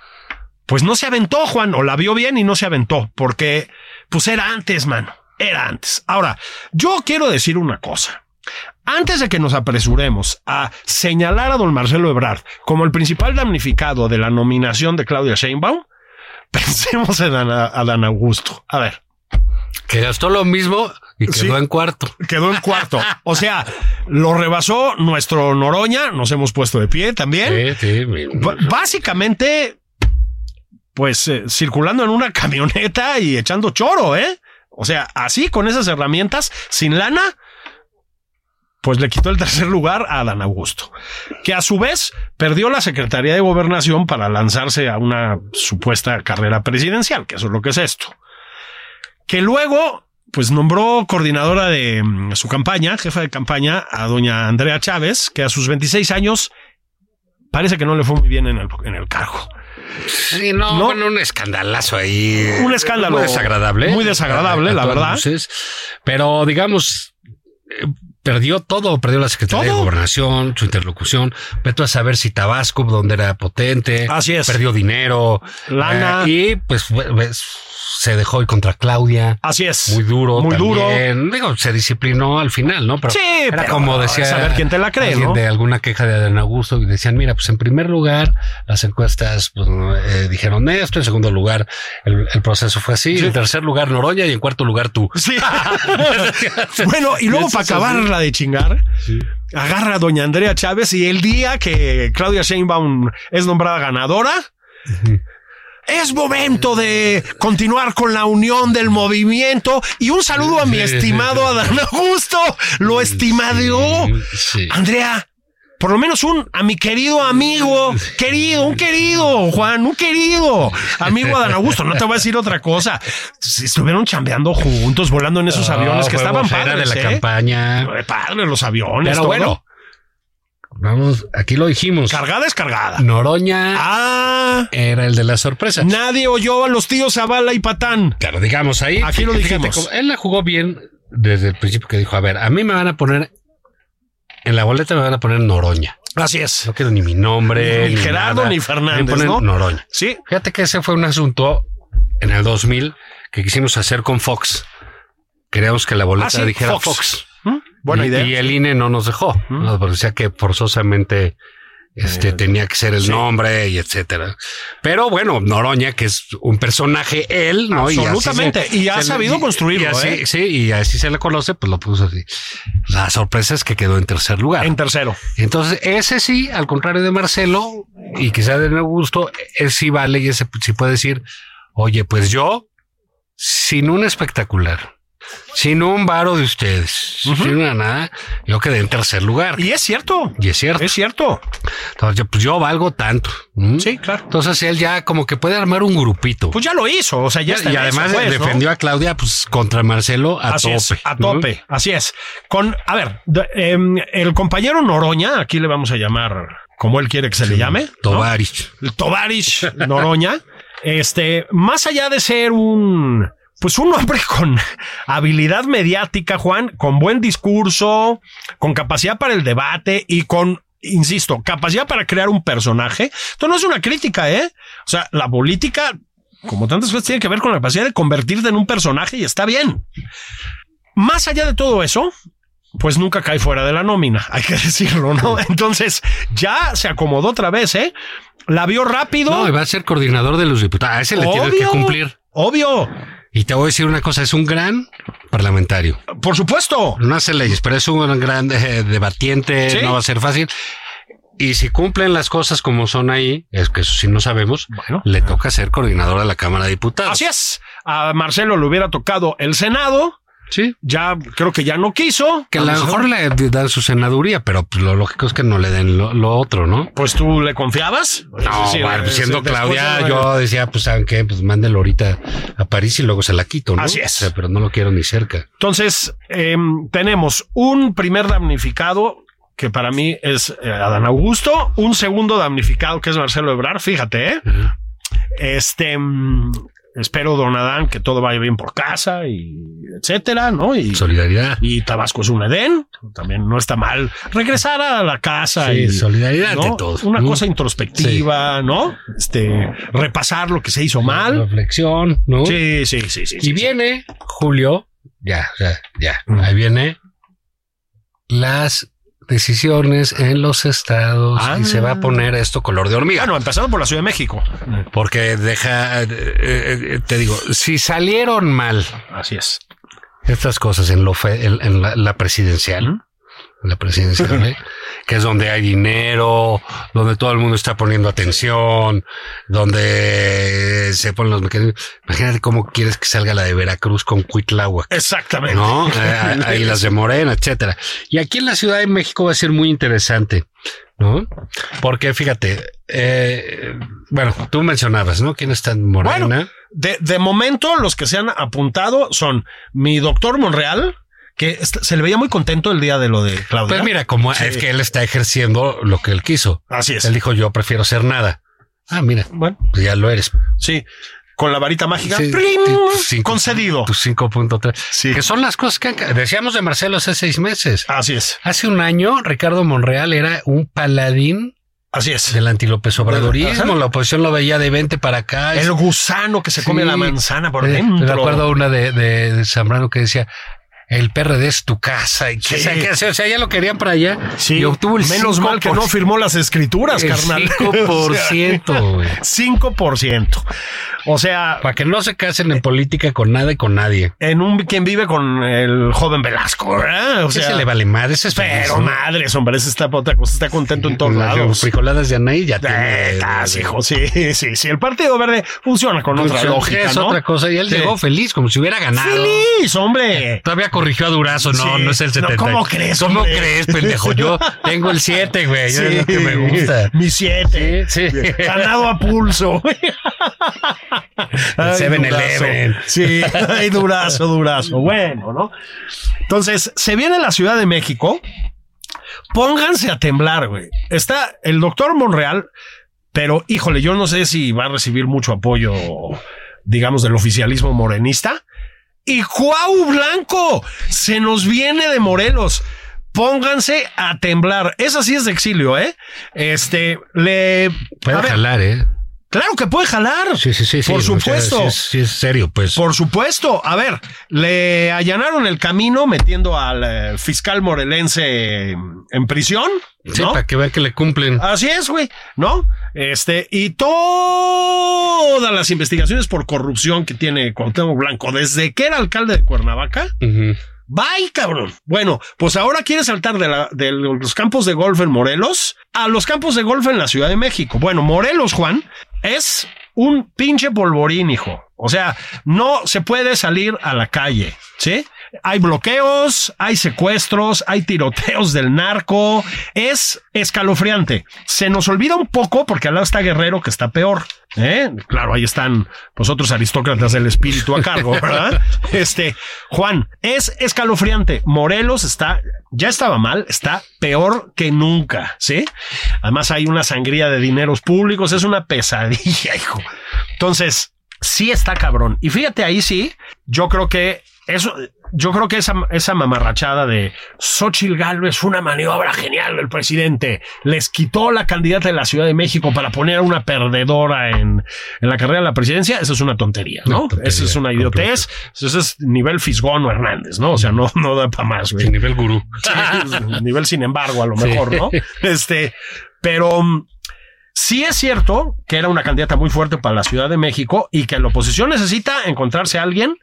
[SPEAKER 6] pues no se aventó, Juan, o la vio bien y no se aventó, porque pues era antes, mano, era antes. Ahora, yo quiero decir una cosa. Antes de que nos apresuremos a señalar a don Marcelo Ebrard como el principal damnificado de la nominación de Claudia Sheinbaum, pensemos en Ana- Adán Augusto. A ver,
[SPEAKER 4] Que gastó lo mismo y quedó
[SPEAKER 6] Sí.
[SPEAKER 4] en cuarto.
[SPEAKER 6] quedó en cuarto. O sea, lo rebasó nuestro Noroña, nos hemos puesto de pie también.
[SPEAKER 4] Sí, sí, mi-
[SPEAKER 6] B- básicamente, pues eh, circulando en una camioneta y echando choro, ¿eh? O sea, así con esas herramientas, sin lana, pues le quitó el tercer lugar a Dan Augusto, que a su vez perdió la Secretaría de Gobernación para lanzarse a una supuesta carrera presidencial, que eso es lo que es esto. Que luego, pues nombró coordinadora de mm, su campaña, jefa de campaña, a doña Andrea Chávez, que a sus 26 años parece que no le fue muy bien en el, en el cargo.
[SPEAKER 4] Sí, no,
[SPEAKER 6] No.
[SPEAKER 4] bueno, un escandalazo ahí. eh,
[SPEAKER 6] Un escándalo.
[SPEAKER 4] Muy desagradable.
[SPEAKER 6] Muy desagradable,
[SPEAKER 4] A- a
[SPEAKER 6] la
[SPEAKER 4] todas
[SPEAKER 6] verdad.
[SPEAKER 4] luces. Pero digamos, eh, perdió todo, perdió la Secretaría
[SPEAKER 6] ¿Todo?
[SPEAKER 4] de Gobernación, su interlocución. Vete a saber si Tabasco, donde era potente.
[SPEAKER 6] Así es.
[SPEAKER 4] Perdió dinero.
[SPEAKER 6] Lana.
[SPEAKER 4] Eh, y pues fue- ves, se dejó ir contra Claudia.
[SPEAKER 6] Así es.
[SPEAKER 4] Muy duro.
[SPEAKER 6] Muy duro.
[SPEAKER 4] también. Digo, se disciplinó al final, ¿no? Pero
[SPEAKER 6] Sí,
[SPEAKER 4] era
[SPEAKER 6] pero
[SPEAKER 4] como decía.
[SPEAKER 6] es saber quién te la cree,
[SPEAKER 4] alguien
[SPEAKER 6] ¿no?
[SPEAKER 4] De alguna queja de Adán Augusto y decían, mira, pues en primer lugar, las encuestas pues, no, eh, dijeron esto. En segundo lugar, el, el proceso fue así. En tercer lugar, Noroña. Y en cuarto lugar, tú.
[SPEAKER 6] Sí. bueno, y luego para acabarla de chingar, agarra a doña Andrea Chávez y el día que Claudia Sheinbaum es nombrada ganadora, es momento de continuar con la unión del movimiento y un saludo a mi
[SPEAKER 4] Sí.
[SPEAKER 6] estimado Adán Augusto, lo estimado.
[SPEAKER 4] Mm, Sí.
[SPEAKER 6] ah, Andrea, por lo menos un a mi querido amigo, querido, un querido, Juan, un querido amigo Adán Augusto. No te voy a decir otra cosa. Si Estuvieron chambeando juntos, volando en esos
[SPEAKER 4] No,
[SPEAKER 6] aviones que
[SPEAKER 4] Ah, fue
[SPEAKER 6] estaban
[SPEAKER 4] vocera
[SPEAKER 6] padres.
[SPEAKER 4] de
[SPEAKER 6] ¿eh?
[SPEAKER 4] la campaña.
[SPEAKER 6] Eh, Padres los aviones.
[SPEAKER 4] Pero
[SPEAKER 6] todo.
[SPEAKER 4] bueno. Vamos, aquí lo dijimos.
[SPEAKER 6] Cargada es cargada.
[SPEAKER 4] Noroña
[SPEAKER 6] Ah,
[SPEAKER 4] era el de la sorpresa.
[SPEAKER 6] nadie oyó a los tíos Zavala y Patán.
[SPEAKER 4] Claro, digamos ahí.
[SPEAKER 6] Aquí lo
[SPEAKER 4] fíjate
[SPEAKER 6] dijimos.
[SPEAKER 4] cómo- él la jugó bien desde el principio que dijo, a ver, a mí me van a poner en la boleta me van a poner Noroña.
[SPEAKER 6] Así es.
[SPEAKER 4] No quiero ni mi nombre,
[SPEAKER 6] Ni
[SPEAKER 4] ni,
[SPEAKER 6] Gerardo,
[SPEAKER 4] nada.
[SPEAKER 6] ni Fernández,
[SPEAKER 4] Me ponen
[SPEAKER 6] ¿no?
[SPEAKER 4] Noroña.
[SPEAKER 6] Sí,
[SPEAKER 4] Fíjate que ese fue un asunto en el 2000 que quisimos hacer con Fox. Queríamos que la boleta
[SPEAKER 6] Ah, sí,
[SPEAKER 4] dijera
[SPEAKER 6] Fox.
[SPEAKER 4] Fox.
[SPEAKER 6] ¿Mm? buena
[SPEAKER 4] y,
[SPEAKER 6] idea. ¿Mm?
[SPEAKER 4] y el INE no nos dejó. ¿no? Porque decía que forzosamente
[SPEAKER 6] Eh,
[SPEAKER 4] este, tenía que ser el nombre y etcétera. Pero bueno, Noroña, que es un personaje él, ¿no? Y así
[SPEAKER 6] Absolutamente. Y ha sabido construirlo,
[SPEAKER 4] y así-
[SPEAKER 6] ¿eh?
[SPEAKER 4] Sí, y así se le conoce, pues lo puso así. La sorpresa es que quedó en tercer lugar.
[SPEAKER 6] En tercero.
[SPEAKER 4] Entonces, ese sí, al contrario de Marcelo y quizá de Augusto, él sí vale y ese sí puede decir, oye, pues yo, sin un espectacular, sin un varo de ustedes, sin una nada, yo quedé en tercer lugar. Y,
[SPEAKER 6] Y es cierto.
[SPEAKER 4] es cierto.
[SPEAKER 6] Es cierto.
[SPEAKER 4] Entonces, yo, pues yo valgo tanto. ¿Mm?
[SPEAKER 6] Sí, claro.
[SPEAKER 4] Entonces, él ya como que puede armar un grupito.
[SPEAKER 6] Pues ya lo hizo. O sea, ya está.
[SPEAKER 4] y
[SPEAKER 6] en eso,
[SPEAKER 4] además
[SPEAKER 6] pues, ¿no?
[SPEAKER 4] defendió a Claudia pues contra Marcelo a
[SPEAKER 6] así
[SPEAKER 4] tope.
[SPEAKER 6] Es, a
[SPEAKER 4] ¿no?
[SPEAKER 6] tope, así es. Con, a ver, de- em, el compañero Noroña, aquí le vamos a llamar como él quiere que se le llame. ¿no?
[SPEAKER 4] Tovarich.
[SPEAKER 6] El Tovarish Noroña. este, más allá de ser un. Pues un hombre con habilidad mediática, Juan, con buen discurso, con capacidad para el debate y con, insisto, capacidad para crear un personaje. Esto no es una crítica, ¿eh? O sea, la política, como tantas cosas, tiene que ver con la capacidad de convertirte en un personaje y está bien. Más allá de todo eso, pues nunca cae fuera de la nómina, hay que decirlo, ¿no? Entonces, ya se acomodó otra vez, ¿eh? La vio rápido.
[SPEAKER 4] No, y va a ser coordinador de los diputados. A ese le tienes que
[SPEAKER 6] Obvio.
[SPEAKER 4] cumplir.
[SPEAKER 6] Obvio,
[SPEAKER 4] Y te voy a decir una cosa, es un gran parlamentario.
[SPEAKER 6] por supuesto.
[SPEAKER 4] No hace leyes, pero es un gran eh, debatiente,
[SPEAKER 6] Sí.
[SPEAKER 4] no va a ser fácil. Y si cumplen las cosas como son ahí, es que eso sí no sabemos,
[SPEAKER 6] Bueno.
[SPEAKER 4] le toca ser coordinador de la Cámara de Diputados.
[SPEAKER 6] Así es. A Marcelo le hubiera tocado el Senado.
[SPEAKER 4] Sí.
[SPEAKER 6] Ya creo que ya no quiso.
[SPEAKER 4] Que a lo
[SPEAKER 6] Vamos
[SPEAKER 4] mejor
[SPEAKER 6] ver.
[SPEAKER 4] le dan su senaduría, pero pues, lo lógico es que no le den lo, lo otro, ¿no?
[SPEAKER 6] Pues tú le confiabas.
[SPEAKER 4] No,
[SPEAKER 6] Es decir,
[SPEAKER 4] bueno, pues,
[SPEAKER 6] eh,
[SPEAKER 4] siendo
[SPEAKER 6] después
[SPEAKER 4] Claudia,
[SPEAKER 6] de-
[SPEAKER 4] yo decía, pues, ¿saben qué? Pues mándelo ahorita a París y luego se la quito, ¿no?
[SPEAKER 6] Así es.
[SPEAKER 4] O sea, pero no lo quiero ni cerca.
[SPEAKER 6] Entonces, em, tenemos un primer damnificado que para mí es eh, Adán Augusto, un segundo damnificado que es Marcelo Ebrar, fíjate, ¿eh? Este, mm, espero, don Adán, que todo vaya bien por casa y etcétera, ¿no? Y,
[SPEAKER 4] Solidaridad.
[SPEAKER 6] y Tabasco es un Edén, también no está mal regresar a la casa
[SPEAKER 4] Sí,
[SPEAKER 6] y
[SPEAKER 4] solidaridad
[SPEAKER 6] ¿no?
[SPEAKER 4] ante todo.
[SPEAKER 6] Una
[SPEAKER 4] ¿no?
[SPEAKER 6] cosa introspectiva, ¿no? Este, repasar lo que se hizo mal.
[SPEAKER 4] Reflexión, ¿no?
[SPEAKER 6] Sí, sí, sí, sí. sí.
[SPEAKER 4] Y viene Julio, Mm. ya, ya, ya, ahí viene las decisiones en los estados
[SPEAKER 6] Ah.
[SPEAKER 4] y se va a poner esto color de hormiga.
[SPEAKER 6] Bueno, empezando por la Ciudad de México.
[SPEAKER 4] porque deja, eh, eh, eh, te digo, si salieron mal
[SPEAKER 6] Así es.
[SPEAKER 4] estas cosas en, lo fe- en, en la, la presidencial, en la presidencial, ¿eh? que es donde hay dinero, donde todo el mundo está poniendo atención, donde se ponen los mecanismos. Imagínate cómo quieres que salga la de Veracruz con Cuitláhuac.
[SPEAKER 6] Exactamente.
[SPEAKER 4] ¿no? Eh, ahí las de Morena, etcétera. Y aquí en la Ciudad de México va a ser muy interesante, ¿no? Porque fíjate, eh, bueno, tú mencionabas, ¿no? ¿Quién está en Morena?
[SPEAKER 6] Bueno. De, de momento, los que se han apuntado son mi doctor Monreal, que est- se le veía muy contento el día de lo de Claudia.
[SPEAKER 4] pues mira, como
[SPEAKER 6] Sí.
[SPEAKER 4] es que él está ejerciendo lo que él quiso.
[SPEAKER 6] Así es.
[SPEAKER 4] Él dijo, yo prefiero ser nada. Ah, mira,
[SPEAKER 6] Bueno,
[SPEAKER 4] pues ya lo eres.
[SPEAKER 6] sí. Con la varita mágica.
[SPEAKER 4] Sí,
[SPEAKER 6] ¡prim!
[SPEAKER 4] tu cinco-
[SPEAKER 6] concedido.
[SPEAKER 4] Tu 5.3.
[SPEAKER 6] Sí.
[SPEAKER 4] Que son las cosas que han ca- decíamos de Marcelo hace seis meses.
[SPEAKER 6] Así es.
[SPEAKER 4] Hace un año, Ricardo Monreal era un paladín
[SPEAKER 6] Así es.
[SPEAKER 4] del antilópez obradorismo.
[SPEAKER 6] Ajá.
[SPEAKER 4] La oposición lo veía de 20 para acá.
[SPEAKER 6] El gusano que se come
[SPEAKER 4] Sí.
[SPEAKER 6] la manzana por
[SPEAKER 4] Eh,
[SPEAKER 6] dentro.
[SPEAKER 4] Me acuerdo una de, de- de Zambrano que decía, el PRD es tu casa. Y que, o, sea,
[SPEAKER 6] Sí.
[SPEAKER 4] que- o sea, ya lo querían para allá.
[SPEAKER 6] Sí.
[SPEAKER 4] Y obtuvo el
[SPEAKER 6] Menos mal que no firmó las escrituras,
[SPEAKER 4] el
[SPEAKER 6] carnal.
[SPEAKER 4] 5%, güey.
[SPEAKER 6] 5%. O sea,
[SPEAKER 4] Para que no se casen en política con nada y con nadie.
[SPEAKER 6] en un quien vive con el joven Velasco, ¿verdad? O
[SPEAKER 4] O sea,
[SPEAKER 6] sea,
[SPEAKER 4] se le vale madre. Ese es feliz,
[SPEAKER 6] Pero
[SPEAKER 4] ¿no?
[SPEAKER 6] madres, hombre, ese está otra cosa, está contento en todos
[SPEAKER 4] Las
[SPEAKER 6] lados.
[SPEAKER 4] frijoladas de Anaí ya tiene-
[SPEAKER 6] Estás, hijo, sí, sí, sí. El Partido Verde funciona con
[SPEAKER 4] Pues,
[SPEAKER 6] otra
[SPEAKER 4] es
[SPEAKER 6] lógica, ¿no?
[SPEAKER 4] otra cosa. Y él
[SPEAKER 6] Sí.
[SPEAKER 4] llegó feliz, como si hubiera ganado.
[SPEAKER 6] ¡Feliz, hombre!
[SPEAKER 4] Todavía corrigió a Durazo, no,
[SPEAKER 6] Sí.
[SPEAKER 4] no es el
[SPEAKER 6] No,
[SPEAKER 4] 70.
[SPEAKER 6] ¿cómo crees,
[SPEAKER 4] ¿Cómo
[SPEAKER 6] hombre?
[SPEAKER 4] crees, pendejo? Yo tengo el 7, güey. Yo es lo que me gusta.
[SPEAKER 6] Mi siete.
[SPEAKER 4] Sí, sí.
[SPEAKER 6] Ganado a pulso. Ay,
[SPEAKER 4] 7-Eleven.
[SPEAKER 6] Durazo. Sí, ay, durazo, durazo. Bueno, ¿no? Entonces, se viene la Ciudad de México. Pónganse a temblar, güey. Está el doctor Monreal, pero híjole, yo no sé si va a recibir mucho apoyo, digamos, del oficialismo morenista. Y Cuau Blanco se nos viene de Morelos. Pónganse a temblar. Esa sí es de exilio, ¿eh? Este, le.
[SPEAKER 4] Puede
[SPEAKER 6] a ver,
[SPEAKER 4] jalar, ¿eh?
[SPEAKER 6] Claro que puede jalar.
[SPEAKER 4] Sí, sí, sí. sí,
[SPEAKER 6] Por
[SPEAKER 4] o sea,
[SPEAKER 6] supuesto.
[SPEAKER 4] sí es- sí es serio, pues.
[SPEAKER 6] Por supuesto. A ver, le allanaron el camino metiendo al eh, fiscal morelense en prisión.
[SPEAKER 4] Sí,
[SPEAKER 6] ¿no? Ah.
[SPEAKER 4] para que vean que le cumplen.
[SPEAKER 6] Así es, güey, ¿no? Este, y todas las investigaciones por corrupción que tiene Cuauhtémoc Blanco desde que era alcalde de Cuernavaca.
[SPEAKER 4] Ujú.
[SPEAKER 6] Bye, cabrón. Bueno, pues ahora quiere saltar de, la- de los campos de golf en Morelos a los campos de golf en la Ciudad de México. Bueno, Morelos, Juan, es un pinche polvorín, hijo. O sea, no se puede salir a la calle, ¿sí? Hay bloqueos, hay secuestros, hay tiroteos del narco. Es escalofriante. Se nos olvida un poco porque al lado está Guerrero, que está peor. ¿eh? Claro, ahí están los otros aristócratas del espíritu a cargo, ¿verdad? Este, Juan, es escalofriante. Morelos está, ya estaba mal, está peor que nunca, ¿sí? Además hay una sangría de dineros públicos, es una pesadilla, hijo. Entonces, sí está cabrón. Y fíjate ahí sí, yo creo que eso, yo creo que esa, esa mamarrachada de Xochitl Galvez fue una maniobra genial del presidente. Les quitó la candidata de la Ciudad de México para poner a una perdedora en, en la carrera de la presidencia. Eso es una tontería, ¿no?
[SPEAKER 4] Una tontería
[SPEAKER 6] eso es una
[SPEAKER 4] completa.
[SPEAKER 6] idiotez. Eso es nivel Fisgón o Hernández, ¿no? O sea, no, no da para más, güey.
[SPEAKER 4] Sí, nivel gurú.
[SPEAKER 6] Sí, nivel sin embargo, a lo mejor, ¿no? Este, pero mm, sí es cierto que era una candidata muy fuerte para la Ciudad de México y que la oposición necesita encontrarse a alguien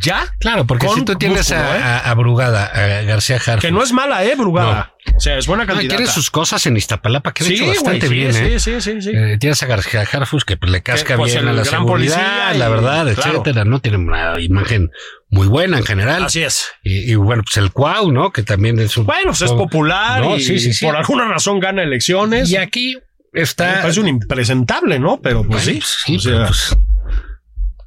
[SPEAKER 6] ya,
[SPEAKER 4] Claro, porque
[SPEAKER 6] Con
[SPEAKER 4] si tú tienes
[SPEAKER 6] músculo,
[SPEAKER 4] a,
[SPEAKER 6] ¿eh?
[SPEAKER 4] a- a Brugada, a García Jarf,
[SPEAKER 6] que no es mala, ¿eh, Brugada? O sea, es buena
[SPEAKER 4] Ah,
[SPEAKER 6] cantidad.
[SPEAKER 4] tiene sus cosas en Iztapalapa que han hecho bastante bien,
[SPEAKER 6] sí,
[SPEAKER 4] ¿eh?
[SPEAKER 6] sí, sí, sí, sí.
[SPEAKER 4] Eh, tienes a García Harfus que pues, le casca
[SPEAKER 6] pues,
[SPEAKER 4] bien
[SPEAKER 6] el
[SPEAKER 4] a la
[SPEAKER 6] gran
[SPEAKER 4] seguridad,
[SPEAKER 6] policía y-
[SPEAKER 4] la verdad,
[SPEAKER 6] claro.
[SPEAKER 4] etcétera. No tiene una imagen muy buena en general.
[SPEAKER 6] Así es.
[SPEAKER 4] Y, y, bueno, pues el Cuau, ¿no? Que también es un.
[SPEAKER 6] Bueno, pues es
[SPEAKER 4] un-
[SPEAKER 6] popular
[SPEAKER 4] Oh. No,
[SPEAKER 6] y
[SPEAKER 4] sí, sí, sí.
[SPEAKER 6] por alguna razón gana elecciones.
[SPEAKER 4] Y aquí
[SPEAKER 6] Me
[SPEAKER 4] está.
[SPEAKER 6] parece un impresentable, ¿no? Pero
[SPEAKER 4] Bueno,
[SPEAKER 6] pues sí.
[SPEAKER 4] pues, sí,
[SPEAKER 6] o sea,
[SPEAKER 4] pero, pues,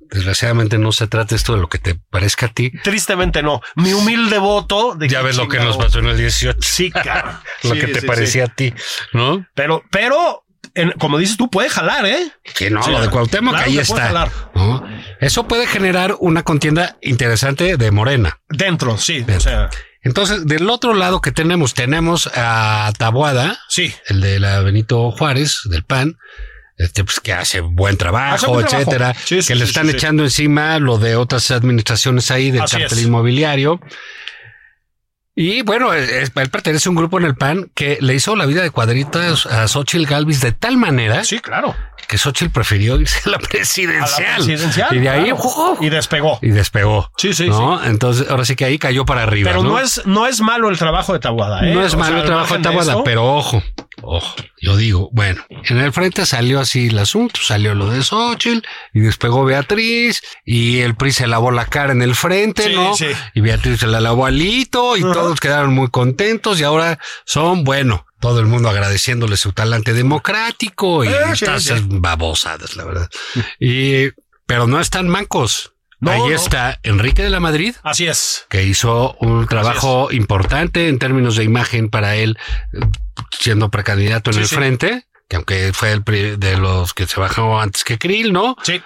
[SPEAKER 4] desgraciadamente no se trata esto de lo que te parezca a ti.
[SPEAKER 6] tristemente no. Mi humilde voto. De
[SPEAKER 4] Ya ves lo que nos
[SPEAKER 6] chingado.
[SPEAKER 4] pasó en el 18.
[SPEAKER 6] Sí, cabrón.
[SPEAKER 4] Lo
[SPEAKER 6] Sí,
[SPEAKER 4] que te
[SPEAKER 6] sí,
[SPEAKER 4] parecía a ti, ¿no?
[SPEAKER 6] sí. Pero, pero, en- como dices tú, puede jalar, ¿eh?
[SPEAKER 4] Que no,
[SPEAKER 6] Sí,
[SPEAKER 4] lo de Cuauhtémoc,
[SPEAKER 6] claro
[SPEAKER 4] ahí
[SPEAKER 6] que puede
[SPEAKER 4] está.
[SPEAKER 6] jalar.
[SPEAKER 4] ¿no? Eso puede generar una contienda interesante de Morena.
[SPEAKER 6] Dentro, sí.
[SPEAKER 4] Dentro.
[SPEAKER 6] O sea,
[SPEAKER 4] Entonces, del otro lado que tenemos, tenemos a Taboada,
[SPEAKER 6] sí.
[SPEAKER 4] el de la Benito Juárez, del PAN, este, pues, que hace buen
[SPEAKER 6] Hace
[SPEAKER 4] trabajo,
[SPEAKER 6] buen trabajo.
[SPEAKER 4] etcétera,
[SPEAKER 6] Sí, sí,
[SPEAKER 4] que le
[SPEAKER 6] sí,
[SPEAKER 4] están
[SPEAKER 6] sí, sí.
[SPEAKER 4] echando encima lo de otras administraciones ahí del
[SPEAKER 6] Así
[SPEAKER 4] cartel
[SPEAKER 6] es.
[SPEAKER 4] inmobiliario. Y bueno, es- él pertenece a un grupo en el PAN que le hizo la vida de cuadritas a Xochitl Galvis de tal manera
[SPEAKER 6] Sí, claro.
[SPEAKER 4] que Xochitl prefirió irse a la
[SPEAKER 6] A la
[SPEAKER 4] presidencial.
[SPEAKER 6] presidencial,
[SPEAKER 4] y de ahí
[SPEAKER 6] claro.
[SPEAKER 4] ¡uf!
[SPEAKER 6] Y despegó.
[SPEAKER 4] y despegó.
[SPEAKER 6] Sí, sí,
[SPEAKER 4] ¿no? Entonces, ahora sí que ahí cayó para arriba.
[SPEAKER 6] Pero
[SPEAKER 4] ¿no?
[SPEAKER 6] no es, no es malo el trabajo de Tabuada, ¿eh?
[SPEAKER 4] No es
[SPEAKER 6] O sea,
[SPEAKER 4] malo el
[SPEAKER 6] al
[SPEAKER 4] trabajo de
[SPEAKER 6] margen
[SPEAKER 4] Taboada,
[SPEAKER 6] eso,
[SPEAKER 4] pero ojo, ojo, yo digo, bueno, en el frente salió así el asunto, salió lo de Xochitl y despegó Beatriz y el PRI se lavó la cara en el frente,
[SPEAKER 6] Sí,
[SPEAKER 4] ¿no?
[SPEAKER 6] sí.
[SPEAKER 4] Y Beatriz se la lavó alito y todos quedaron muy contentos y ahora son, bueno, todo el mundo agradeciéndole su talante democrático y
[SPEAKER 6] Eh, sí,
[SPEAKER 4] estas
[SPEAKER 6] sí.
[SPEAKER 4] babosadas, la verdad. Y, pero no están mancos.
[SPEAKER 6] No,
[SPEAKER 4] Ahí
[SPEAKER 6] no.
[SPEAKER 4] está Enrique de la Madrid
[SPEAKER 6] Así es.
[SPEAKER 4] que hizo un trabajo importante en términos de imagen para él, eh, siendo precandidato en
[SPEAKER 6] Sí,
[SPEAKER 4] el
[SPEAKER 6] sí.
[SPEAKER 4] frente, que aunque fue el pri- de los que se bajó antes que Krill, ¿no?
[SPEAKER 6] Sí.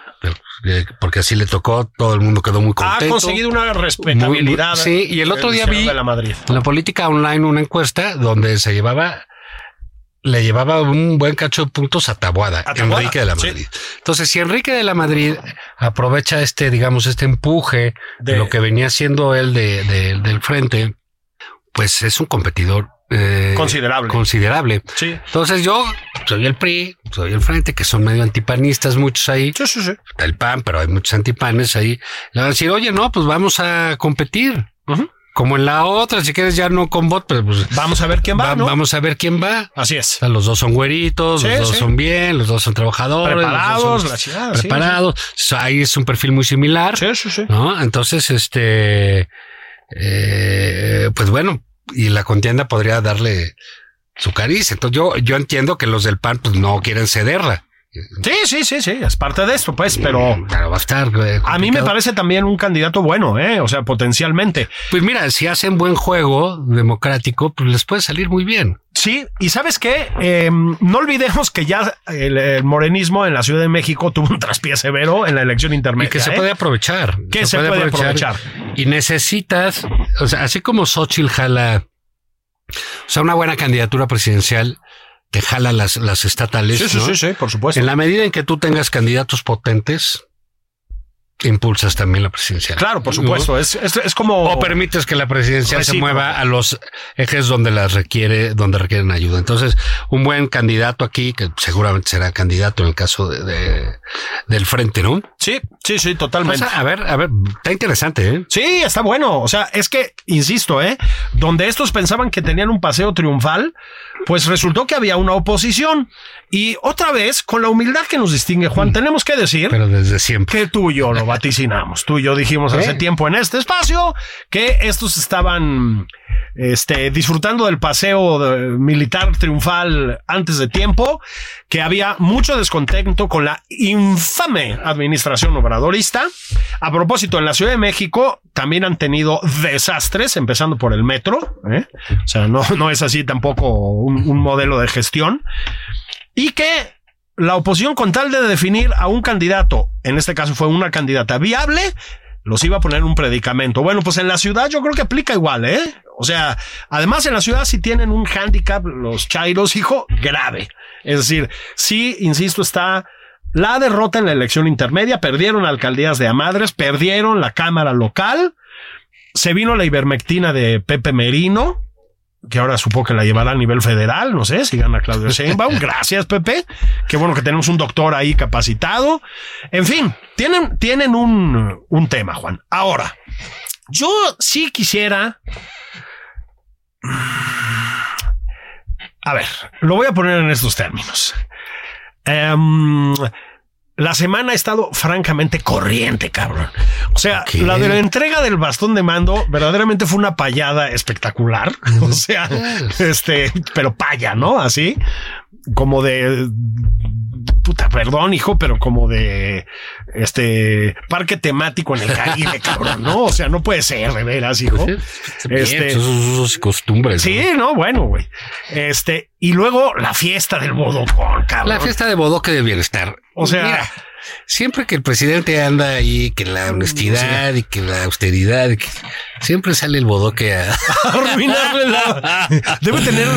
[SPEAKER 4] Eh, Porque así le tocó, todo el mundo quedó muy contento.
[SPEAKER 6] Ha conseguido una respetabilidad.
[SPEAKER 4] Muy- muy- sí, y el otro día
[SPEAKER 6] Señor
[SPEAKER 4] vi-
[SPEAKER 6] De la Madrid.
[SPEAKER 4] En la política online una encuesta donde se llevaba le llevaba un buen cacho de puntos a Taboada,
[SPEAKER 6] A Taboada,
[SPEAKER 4] Enrique de la
[SPEAKER 6] sí.
[SPEAKER 4] Madrid. Entonces, si Enrique de la Madrid aprovecha este, digamos, este empuje de
[SPEAKER 6] De-
[SPEAKER 4] lo que venía haciendo él de, de- del frente, pues es un competidor eh,
[SPEAKER 6] Considerable.
[SPEAKER 4] considerable.
[SPEAKER 6] Sí.
[SPEAKER 4] Entonces, yo soy el PRI, soy el frente, que son medio antipanistas, muchos ahí
[SPEAKER 6] Sí, sí, sí.
[SPEAKER 4] está el PAN, pero hay muchos antipanes ahí. Le van a decir, oye, no, pues vamos a competir.
[SPEAKER 6] Ujú.
[SPEAKER 4] Como en la otra, si quieres ya no con bot, pero pues
[SPEAKER 6] Vamos a ver quién va,
[SPEAKER 4] va-
[SPEAKER 6] ¿no?
[SPEAKER 4] vamos a ver quién va.
[SPEAKER 6] Así
[SPEAKER 4] O
[SPEAKER 6] es.
[SPEAKER 4] sea, los dos son güeritos,
[SPEAKER 6] Sí,
[SPEAKER 4] los dos
[SPEAKER 6] sí.
[SPEAKER 4] son bien, los dos son trabajadores. los dos
[SPEAKER 6] Preparados,
[SPEAKER 4] son
[SPEAKER 6] la chingada, sí,
[SPEAKER 4] Preparados. O sea, Ahí es un perfil muy similar,
[SPEAKER 6] Sí, sí, sí.
[SPEAKER 4] ¿no? Entonces, este, eh, pues bueno, y la contienda podría darle su cariz. Entonces yo, yo entiendo que los del PAN pues, no quieren cederla.
[SPEAKER 6] Sí, sí, sí, sí. Es parte de esto, pues, pero.
[SPEAKER 4] Claro, va a estar. eh,
[SPEAKER 6] A mí me
[SPEAKER 4] complicado.
[SPEAKER 6] parece también un candidato bueno, ¿eh? O sea, potencialmente.
[SPEAKER 4] Pues mira, si hacen buen juego democrático, pues les puede salir muy bien.
[SPEAKER 6] Sí, y ¿sabes qué? Eh, no olvidemos que ya el, el morenismo en la Ciudad de México tuvo un traspié severo en la elección intermedia.
[SPEAKER 4] y que se
[SPEAKER 6] ¿eh?
[SPEAKER 4] puede aprovechar.
[SPEAKER 6] Que se puede aprovechar.
[SPEAKER 4] Y necesitas, o sea, así como Xochitl jala, o sea, una buena candidatura presidencial te jala las, las estatales.
[SPEAKER 6] Sí, sí,
[SPEAKER 4] ¿no?
[SPEAKER 6] sí, Pues sí, por supuesto.
[SPEAKER 4] En la medida en que tú tengas candidatos potentes, impulsas también la presidencial.
[SPEAKER 6] Claro, por
[SPEAKER 4] ¿no?
[SPEAKER 6] supuesto. Es, es, es como.
[SPEAKER 4] O permites que la presidencia se
[SPEAKER 6] Recíproco.
[SPEAKER 4] mueva a los ejes donde las requiere, donde requieren ayuda. Entonces, un buen candidato aquí, que seguramente será candidato en el caso de, de- del frente, ¿no?
[SPEAKER 6] Sí, sí, sí,
[SPEAKER 4] O
[SPEAKER 6] totalmente.
[SPEAKER 4] sea, a ver, a ver, está interesante, ¿eh?
[SPEAKER 6] Sí, está bueno. O sea, es que, insisto, ¿eh? Donde estos pensaban que tenían un paseo triunfal, pues resultó que había una oposición. Y otra vez, con la humildad que nos distingue, Juan, tenemos que decir
[SPEAKER 4] Mm. Pero desde siempre.
[SPEAKER 6] que tú y yo lo vaticinamos. Tú y yo dijimos hace
[SPEAKER 4] ¿Eh?
[SPEAKER 6] tiempo en este espacio que estos estaban este, disfrutando del paseo de- militar triunfal antes de tiempo, que había mucho descontento con la infame administración obradorista. A propósito, en la Ciudad de México también han tenido desastres, empezando por el metro. ¿eh? O sea, no, no es así tampoco un- un modelo de gestión y que la oposición con tal de definir a un candidato, en este caso fue una candidata viable, los iba a poner en un predicamento. Bueno, pues en la ciudad yo creo que aplica igual, ¿eh? O sea, además en la ciudad sí tienen un hándicap los chairos, hijo, grave. Es decir, sí, insisto, está la derrota en la elección intermedia, perdieron alcaldías de Amadres, perdieron la Cámara Local, se vino la ivermectina de Pepe Merino, que ahora supongo que la llevará a nivel federal, no sé, si gana Claudio Sheinbaum. Gracias, Pepe. Qué bueno que tenemos un doctor ahí capacitado. En fin, tienen, tienen un, un tema, Juan. Ahora, yo sí quisiera A ver, lo voy a poner en estos términos. Em, la semana ha estado francamente corriente, cabrón. O sea,
[SPEAKER 4] Ok.
[SPEAKER 6] la de la entrega del bastón de mando verdaderamente fue una payada espectacular. O sea, este, pero paya, ¿no? Así como de puta, perdón, hijo, pero como de este parque temático en el Caribe, cabrón, ¿no? O sea, no puede ser, de veras, hijo. Este-
[SPEAKER 4] Bien, sus Pues usos y costumbres.
[SPEAKER 6] Sí,
[SPEAKER 4] ¿no?
[SPEAKER 6] no, bueno, güey. Este, y luego la fiesta del bodocón, cabrón.
[SPEAKER 4] La fiesta de bodoque del bienestar.
[SPEAKER 6] O sea-
[SPEAKER 4] Mira, siempre que el presidente anda ahí, que la honestidad y que la austeridad, y que- siempre sale el bodoque a...
[SPEAKER 6] Arruinarle la- Debe tener.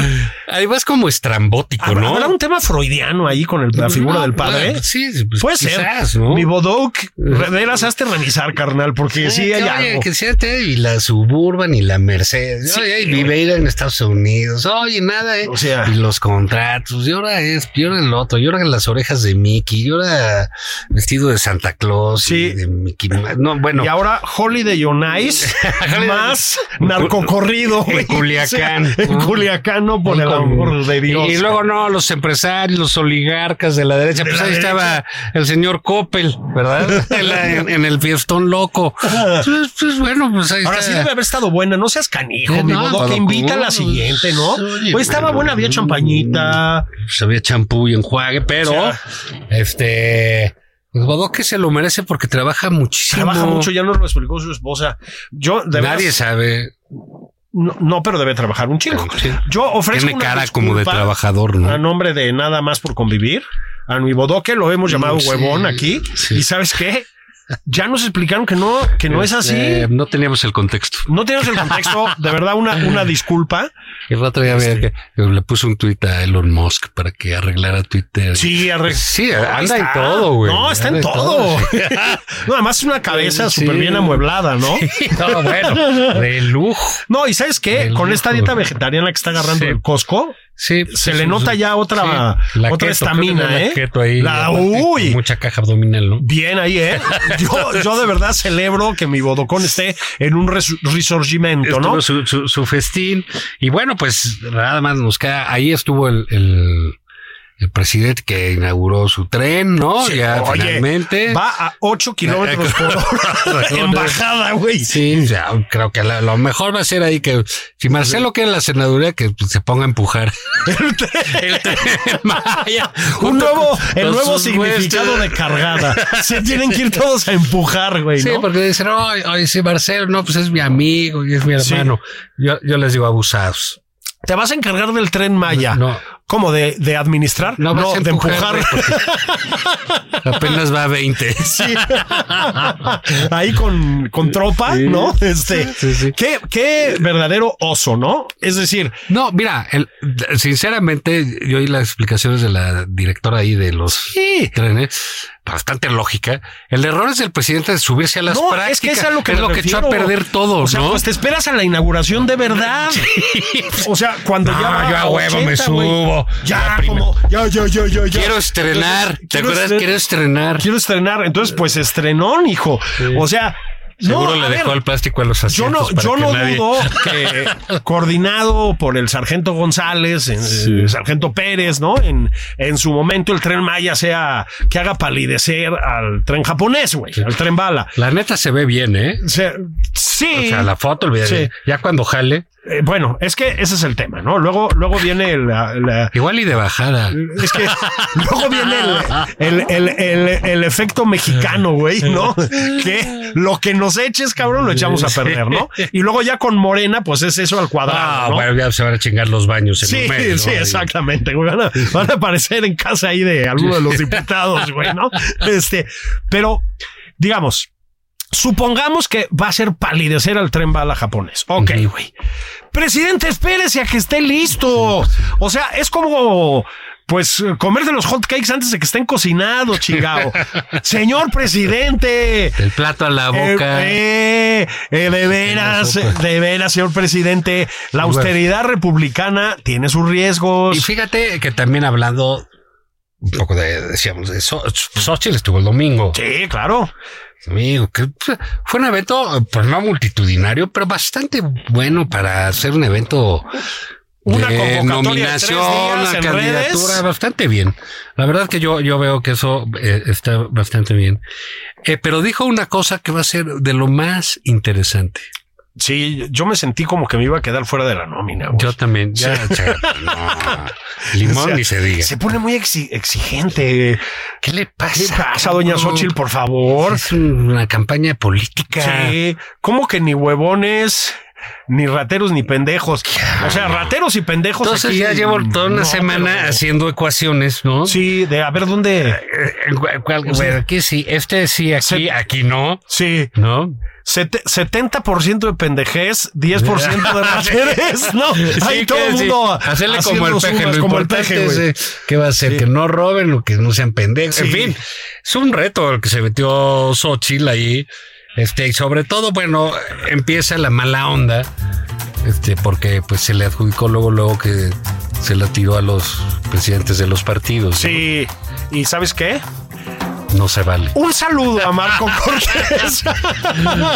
[SPEAKER 4] Además como estrambótico,
[SPEAKER 6] ¿habrá-
[SPEAKER 4] Pues ¿no?
[SPEAKER 6] ¿Habrá un tema freudiano ahí con el- la figura
[SPEAKER 4] No,
[SPEAKER 6] del padre? ¿eh?
[SPEAKER 4] bueno, sí, pues,
[SPEAKER 6] Puede
[SPEAKER 4] quizás,
[SPEAKER 6] ser.
[SPEAKER 4] ¿no? Este, Eh,
[SPEAKER 6] Mi bodoc, revelas, hazte revisar, carnal, porque sí, hay
[SPEAKER 4] que, oye,
[SPEAKER 6] algo.
[SPEAKER 4] que siete y la Suburban y la Mercedes.
[SPEAKER 6] Sí,
[SPEAKER 4] oye, y
[SPEAKER 6] güey.
[SPEAKER 4] Viveira en Estados Unidos. Oye, nada, eh.
[SPEAKER 6] O sea.
[SPEAKER 4] y los contratos. Y ahora es, y ahora el otro, y ahora las orejas de Mickey, y ahora vestido de Santa Claus
[SPEAKER 6] Sí.
[SPEAKER 4] y de Mickey. Ma- No, bueno.
[SPEAKER 6] Y ahora Holiday on Ice más narcocorrido. güey.
[SPEAKER 4] En Culiacán.
[SPEAKER 6] O sea, en Culiacán, no por el
[SPEAKER 4] Con-
[SPEAKER 6] amor de Dios.
[SPEAKER 4] Y luego no, los empresarios, los oligarcas de la derecha.
[SPEAKER 6] De
[SPEAKER 4] pues
[SPEAKER 6] la
[SPEAKER 4] ahí
[SPEAKER 6] derecha.
[SPEAKER 4] estaba el señor Coppel, ¿verdad? en, la- en- en el fiestón loco. Pues, pues, bueno, pues ahí
[SPEAKER 6] Ah. Ahora sí
[SPEAKER 4] está.
[SPEAKER 6] debe haber estado buena, no seas canijo,
[SPEAKER 4] Eh,
[SPEAKER 6] mi
[SPEAKER 4] no,
[SPEAKER 6] bodoc,
[SPEAKER 4] Bodoc,
[SPEAKER 6] que invita a la
[SPEAKER 4] no,
[SPEAKER 6] siguiente, ¿no?
[SPEAKER 4] oye,
[SPEAKER 6] Pues estaba
[SPEAKER 4] pero-
[SPEAKER 6] buena, había champañita.
[SPEAKER 4] pues, había champú y enjuague, pero
[SPEAKER 6] O sea,
[SPEAKER 4] este pues, Bodoque se lo merece porque trabaja muchísimo.
[SPEAKER 6] Trabaja mucho, ya nos lo explicó su esposa. Yo, de
[SPEAKER 4] Nadie
[SPEAKER 6] veras,
[SPEAKER 4] sabe.
[SPEAKER 6] no, no, pero debe trabajar un chingo.
[SPEAKER 4] Sí.
[SPEAKER 6] Yo ofrezco
[SPEAKER 4] Tiene
[SPEAKER 6] una
[SPEAKER 4] cara como de
[SPEAKER 6] disculpa Ah,
[SPEAKER 4] trabajador,
[SPEAKER 6] a
[SPEAKER 4] ¿no?
[SPEAKER 6] nombre de nada más por convivir. A mi bodoque lo hemos llamado
[SPEAKER 4] Sí,
[SPEAKER 6] huevón aquí.
[SPEAKER 4] sí.
[SPEAKER 6] Y sabes qué? Ya nos explicaron que no, que no es así.
[SPEAKER 4] Eh, no teníamos el contexto.
[SPEAKER 6] No tenemos el contexto, de verdad, una, una disculpa.
[SPEAKER 4] El otro día veía que eh, le puso un tuit a Elon Musk para que arreglara Twitter.
[SPEAKER 6] Sí, arre-
[SPEAKER 4] Sí,
[SPEAKER 6] No,
[SPEAKER 4] anda
[SPEAKER 6] está.
[SPEAKER 4] en todo, güey.
[SPEAKER 6] No, está
[SPEAKER 4] Anda
[SPEAKER 6] en todo.
[SPEAKER 4] sí.
[SPEAKER 6] no, además es una cabeza
[SPEAKER 4] Sí.
[SPEAKER 6] súper bien amueblada, ¿no?
[SPEAKER 4] No, bueno, de lujo.
[SPEAKER 6] No, y sabes qué,
[SPEAKER 4] El
[SPEAKER 6] con esta
[SPEAKER 4] hijo.
[SPEAKER 6] dieta vegetariana que está agarrando
[SPEAKER 4] Sí.
[SPEAKER 6] el Costco,
[SPEAKER 4] Sí,
[SPEAKER 6] se
[SPEAKER 4] pues,
[SPEAKER 6] le nota ya otra,
[SPEAKER 4] sí, la
[SPEAKER 6] otra
[SPEAKER 4] keto, creo
[SPEAKER 6] estamina,
[SPEAKER 4] que
[SPEAKER 6] ¿eh?
[SPEAKER 4] La, keto ahí,
[SPEAKER 6] La-
[SPEAKER 4] aparte,
[SPEAKER 6] uy.
[SPEAKER 4] con Mucha caja abdominal, ¿no?
[SPEAKER 6] Bien ahí, ¿eh? Yo, yo de verdad celebro que mi bodocón esté en un resu- resurgimiento, ¿no?
[SPEAKER 4] Estuvo su, su- su festín. Y bueno, pues nada más nos queda. Ahí estuvo el, el, el presidente que inauguró su tren, ¿no?
[SPEAKER 6] Sí,
[SPEAKER 4] ya
[SPEAKER 6] oye,
[SPEAKER 4] finalmente.
[SPEAKER 6] Va a 8 kilómetros por hora en bajada, güey.
[SPEAKER 4] Sí, ya, creo que la- lo mejor va a ser ahí que si Marcelo quiere la senaduría, que pues, se ponga a empujar el tren Maya.
[SPEAKER 6] Un
[SPEAKER 4] junto
[SPEAKER 6] nuevo,
[SPEAKER 4] con-
[SPEAKER 6] el
[SPEAKER 4] con
[SPEAKER 6] nuevo
[SPEAKER 4] sus
[SPEAKER 6] significado de
[SPEAKER 4] huestes.
[SPEAKER 6] cargada. Se tienen que ir todos a empujar, güey,
[SPEAKER 4] Sí,
[SPEAKER 6] ¿no?
[SPEAKER 4] porque dicen, oye, oye, sí, Marcelo, no, pues es mi amigo y es mi
[SPEAKER 6] Sí.
[SPEAKER 4] hermano. Yo, yo les digo abusados.
[SPEAKER 6] Te vas a encargar del tren Maya.
[SPEAKER 4] No.
[SPEAKER 6] ¿Cómo? ¿De, de administrar? No,
[SPEAKER 4] No, vas a
[SPEAKER 6] de empujar.
[SPEAKER 4] empujar. güey, porque Apenas va a 20.
[SPEAKER 6] Sí. Ahí con, con tropa,
[SPEAKER 4] Sí.
[SPEAKER 6] ¿no? Este,
[SPEAKER 4] Sí, sí.
[SPEAKER 6] Qué, qué verdadero oso, ¿no? Es decir,
[SPEAKER 4] No, mira, el- sinceramente, yo oí las explicaciones de la directora ahí de los
[SPEAKER 6] sí.
[SPEAKER 4] trenes, bastante lógica. El error es del presidente de subirse a las
[SPEAKER 6] No,
[SPEAKER 4] prácticas.
[SPEAKER 6] es que es a lo que me
[SPEAKER 4] lo que echó a
[SPEAKER 6] refiero.
[SPEAKER 4] perder todo,
[SPEAKER 6] O sea,
[SPEAKER 4] ¿no?
[SPEAKER 6] pues te esperas a la inauguración de verdad. O sea, cuando
[SPEAKER 4] No,
[SPEAKER 6] ya va
[SPEAKER 4] yo a huevo
[SPEAKER 6] 80,
[SPEAKER 4] me
[SPEAKER 6] güey.
[SPEAKER 4] subo.
[SPEAKER 6] Ya,
[SPEAKER 4] La prim-
[SPEAKER 6] como, ya, ya, ya, ya, ya.
[SPEAKER 4] Quiero estrenar.
[SPEAKER 6] Entonces,
[SPEAKER 4] ¿Te
[SPEAKER 6] quiero
[SPEAKER 4] acuerdas?
[SPEAKER 6] estren-
[SPEAKER 4] Quiero estrenar.
[SPEAKER 6] Quiero estrenar. Entonces, pues estrenón, hijo. O sea,
[SPEAKER 4] Seguro
[SPEAKER 6] no, a
[SPEAKER 4] le
[SPEAKER 6] ver,
[SPEAKER 4] dejó el plástico a los
[SPEAKER 6] Yo
[SPEAKER 4] asientos.
[SPEAKER 6] no,
[SPEAKER 4] para
[SPEAKER 6] yo
[SPEAKER 4] que
[SPEAKER 6] no
[SPEAKER 4] nadie-
[SPEAKER 6] dudo que coordinado por el sargento González, en- el sargento Pérez, ¿no? En, en su momento el tren Maya sea que haga palidecer al tren japonés, güey, al tren bala.
[SPEAKER 4] La neta se ve bien, ¿eh?
[SPEAKER 6] O sea, sí.
[SPEAKER 4] O sea, la foto, el video.
[SPEAKER 6] Sí.
[SPEAKER 4] Ya cuando jale,
[SPEAKER 6] Eh, bueno, es que ese es el tema, ¿no? Luego, luego viene la, la-
[SPEAKER 4] igual y de bajada.
[SPEAKER 6] es que luego viene el, el- el- el- el efecto mexicano, güey, ¿no? Que lo que nos eches, cabrón, lo echamos a perder, ¿no? Y luego ya con Morena, pues es eso al
[SPEAKER 4] Ah,
[SPEAKER 6] cuadrado, ¿no?
[SPEAKER 4] bueno, ya se van a chingar los baños pues, en
[SPEAKER 6] Sí,
[SPEAKER 4] los medios,
[SPEAKER 6] sí,
[SPEAKER 4] ¿no?
[SPEAKER 6] exactamente, güey. Van a, van a aparecer en casa ahí de alguno de los diputados, güey, ¿no? Este, pero digamos, supongamos que va a ser palidecer al tren bala japonés. Ok,
[SPEAKER 4] Ujú.
[SPEAKER 6] güey. Presidente, espérese a que esté listo.
[SPEAKER 4] pues
[SPEAKER 6] O sea, es como. Pues comer de los hot cakes antes de que estén cocinados, chingado. Señor presidente,
[SPEAKER 4] El plato a la boca.
[SPEAKER 6] eh, eh, eh, de veras,
[SPEAKER 4] En la sopa.
[SPEAKER 6] de veras, señor presidente. La
[SPEAKER 4] Y bueno.
[SPEAKER 6] austeridad republicana tiene sus
[SPEAKER 4] Y
[SPEAKER 6] riesgos.
[SPEAKER 4] fíjate que también hablando un poco de, decíamos, de So- Xochitl estuvo el domingo.
[SPEAKER 6] Sí, claro.
[SPEAKER 4] Amigo, que fue un evento, pues no multitudinario, pero bastante bueno para ser un evento
[SPEAKER 6] una
[SPEAKER 4] de
[SPEAKER 6] convocatoria de tres
[SPEAKER 4] nominación
[SPEAKER 6] días
[SPEAKER 4] a
[SPEAKER 6] en
[SPEAKER 4] candidatura
[SPEAKER 6] redes.
[SPEAKER 4] bastante bien. La verdad que yo, yo veo que eso eh, está bastante bien. Eh, pero dijo una cosa que va a ser de lo más interesante.
[SPEAKER 6] Sí, yo me sentí como que me iba a quedar fuera de la nómina. güey.
[SPEAKER 4] Yo también. Ya, chata, no. Limón
[SPEAKER 6] O sea,
[SPEAKER 4] ni se diga.
[SPEAKER 6] Se pone muy exi- exigente.
[SPEAKER 4] ¿Qué le pasa?
[SPEAKER 6] ¿Qué pasa, doña
[SPEAKER 4] cabrón?
[SPEAKER 6] Xochitl, por favor?
[SPEAKER 4] Es una campaña política.
[SPEAKER 6] Sí, ¿cómo que ni huevones, ni rateros, ni pendejos? O sea, rateros y pendejos.
[SPEAKER 4] Entonces
[SPEAKER 6] aquí-
[SPEAKER 4] ya llevo toda una
[SPEAKER 6] No,
[SPEAKER 4] semana
[SPEAKER 6] pero-
[SPEAKER 4] haciendo ecuaciones, ¿no?
[SPEAKER 6] Sí, de a ver dónde.
[SPEAKER 4] Eh, en cu- cual-
[SPEAKER 6] O sea,
[SPEAKER 4] bueno, aquí sí, este sí, aquí,
[SPEAKER 6] se-
[SPEAKER 4] aquí no,
[SPEAKER 6] Sí,
[SPEAKER 4] ¿no?
[SPEAKER 6] sete- 70% de pendejez, 10% de rateres. No, ahí
[SPEAKER 4] Sí,
[SPEAKER 6] todo
[SPEAKER 4] que
[SPEAKER 6] el
[SPEAKER 4] sí,
[SPEAKER 6] mundo.
[SPEAKER 4] hacerle como el
[SPEAKER 6] haciendo
[SPEAKER 4] peje,
[SPEAKER 6] sumas,
[SPEAKER 4] lo
[SPEAKER 6] como el
[SPEAKER 4] importante
[SPEAKER 6] peje,
[SPEAKER 4] es,
[SPEAKER 6] güey.
[SPEAKER 4] eh, que va a ser que no roben o que no sean pendejos. En
[SPEAKER 6] Sí.
[SPEAKER 4] fin, es un reto el que se metió Xochitl ahí. Este, y sobre todo, bueno, empieza la mala onda, este, porque pues se le adjudicó luego, luego que se la tiró a los presidentes de los partidos.
[SPEAKER 6] Sí. ¿Y sabes qué?
[SPEAKER 4] No, No se vale.
[SPEAKER 6] Un saludo a Marco Cortés.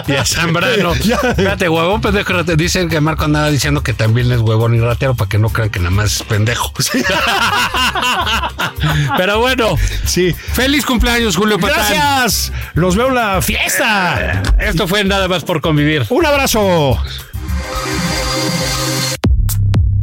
[SPEAKER 4] Y a Zambrano. Espérate, huevón, pendejo. y ratero. Dicen que Marco andaba diciendo que también es huevón y ratero para que no crean que nada más es pendejo. Pero bueno,
[SPEAKER 6] Sí.
[SPEAKER 4] feliz cumpleaños, Julio Patán.
[SPEAKER 6] Gracias. Los veo en la fiesta.
[SPEAKER 4] Esto fue nada más por convivir.
[SPEAKER 6] Un abrazo.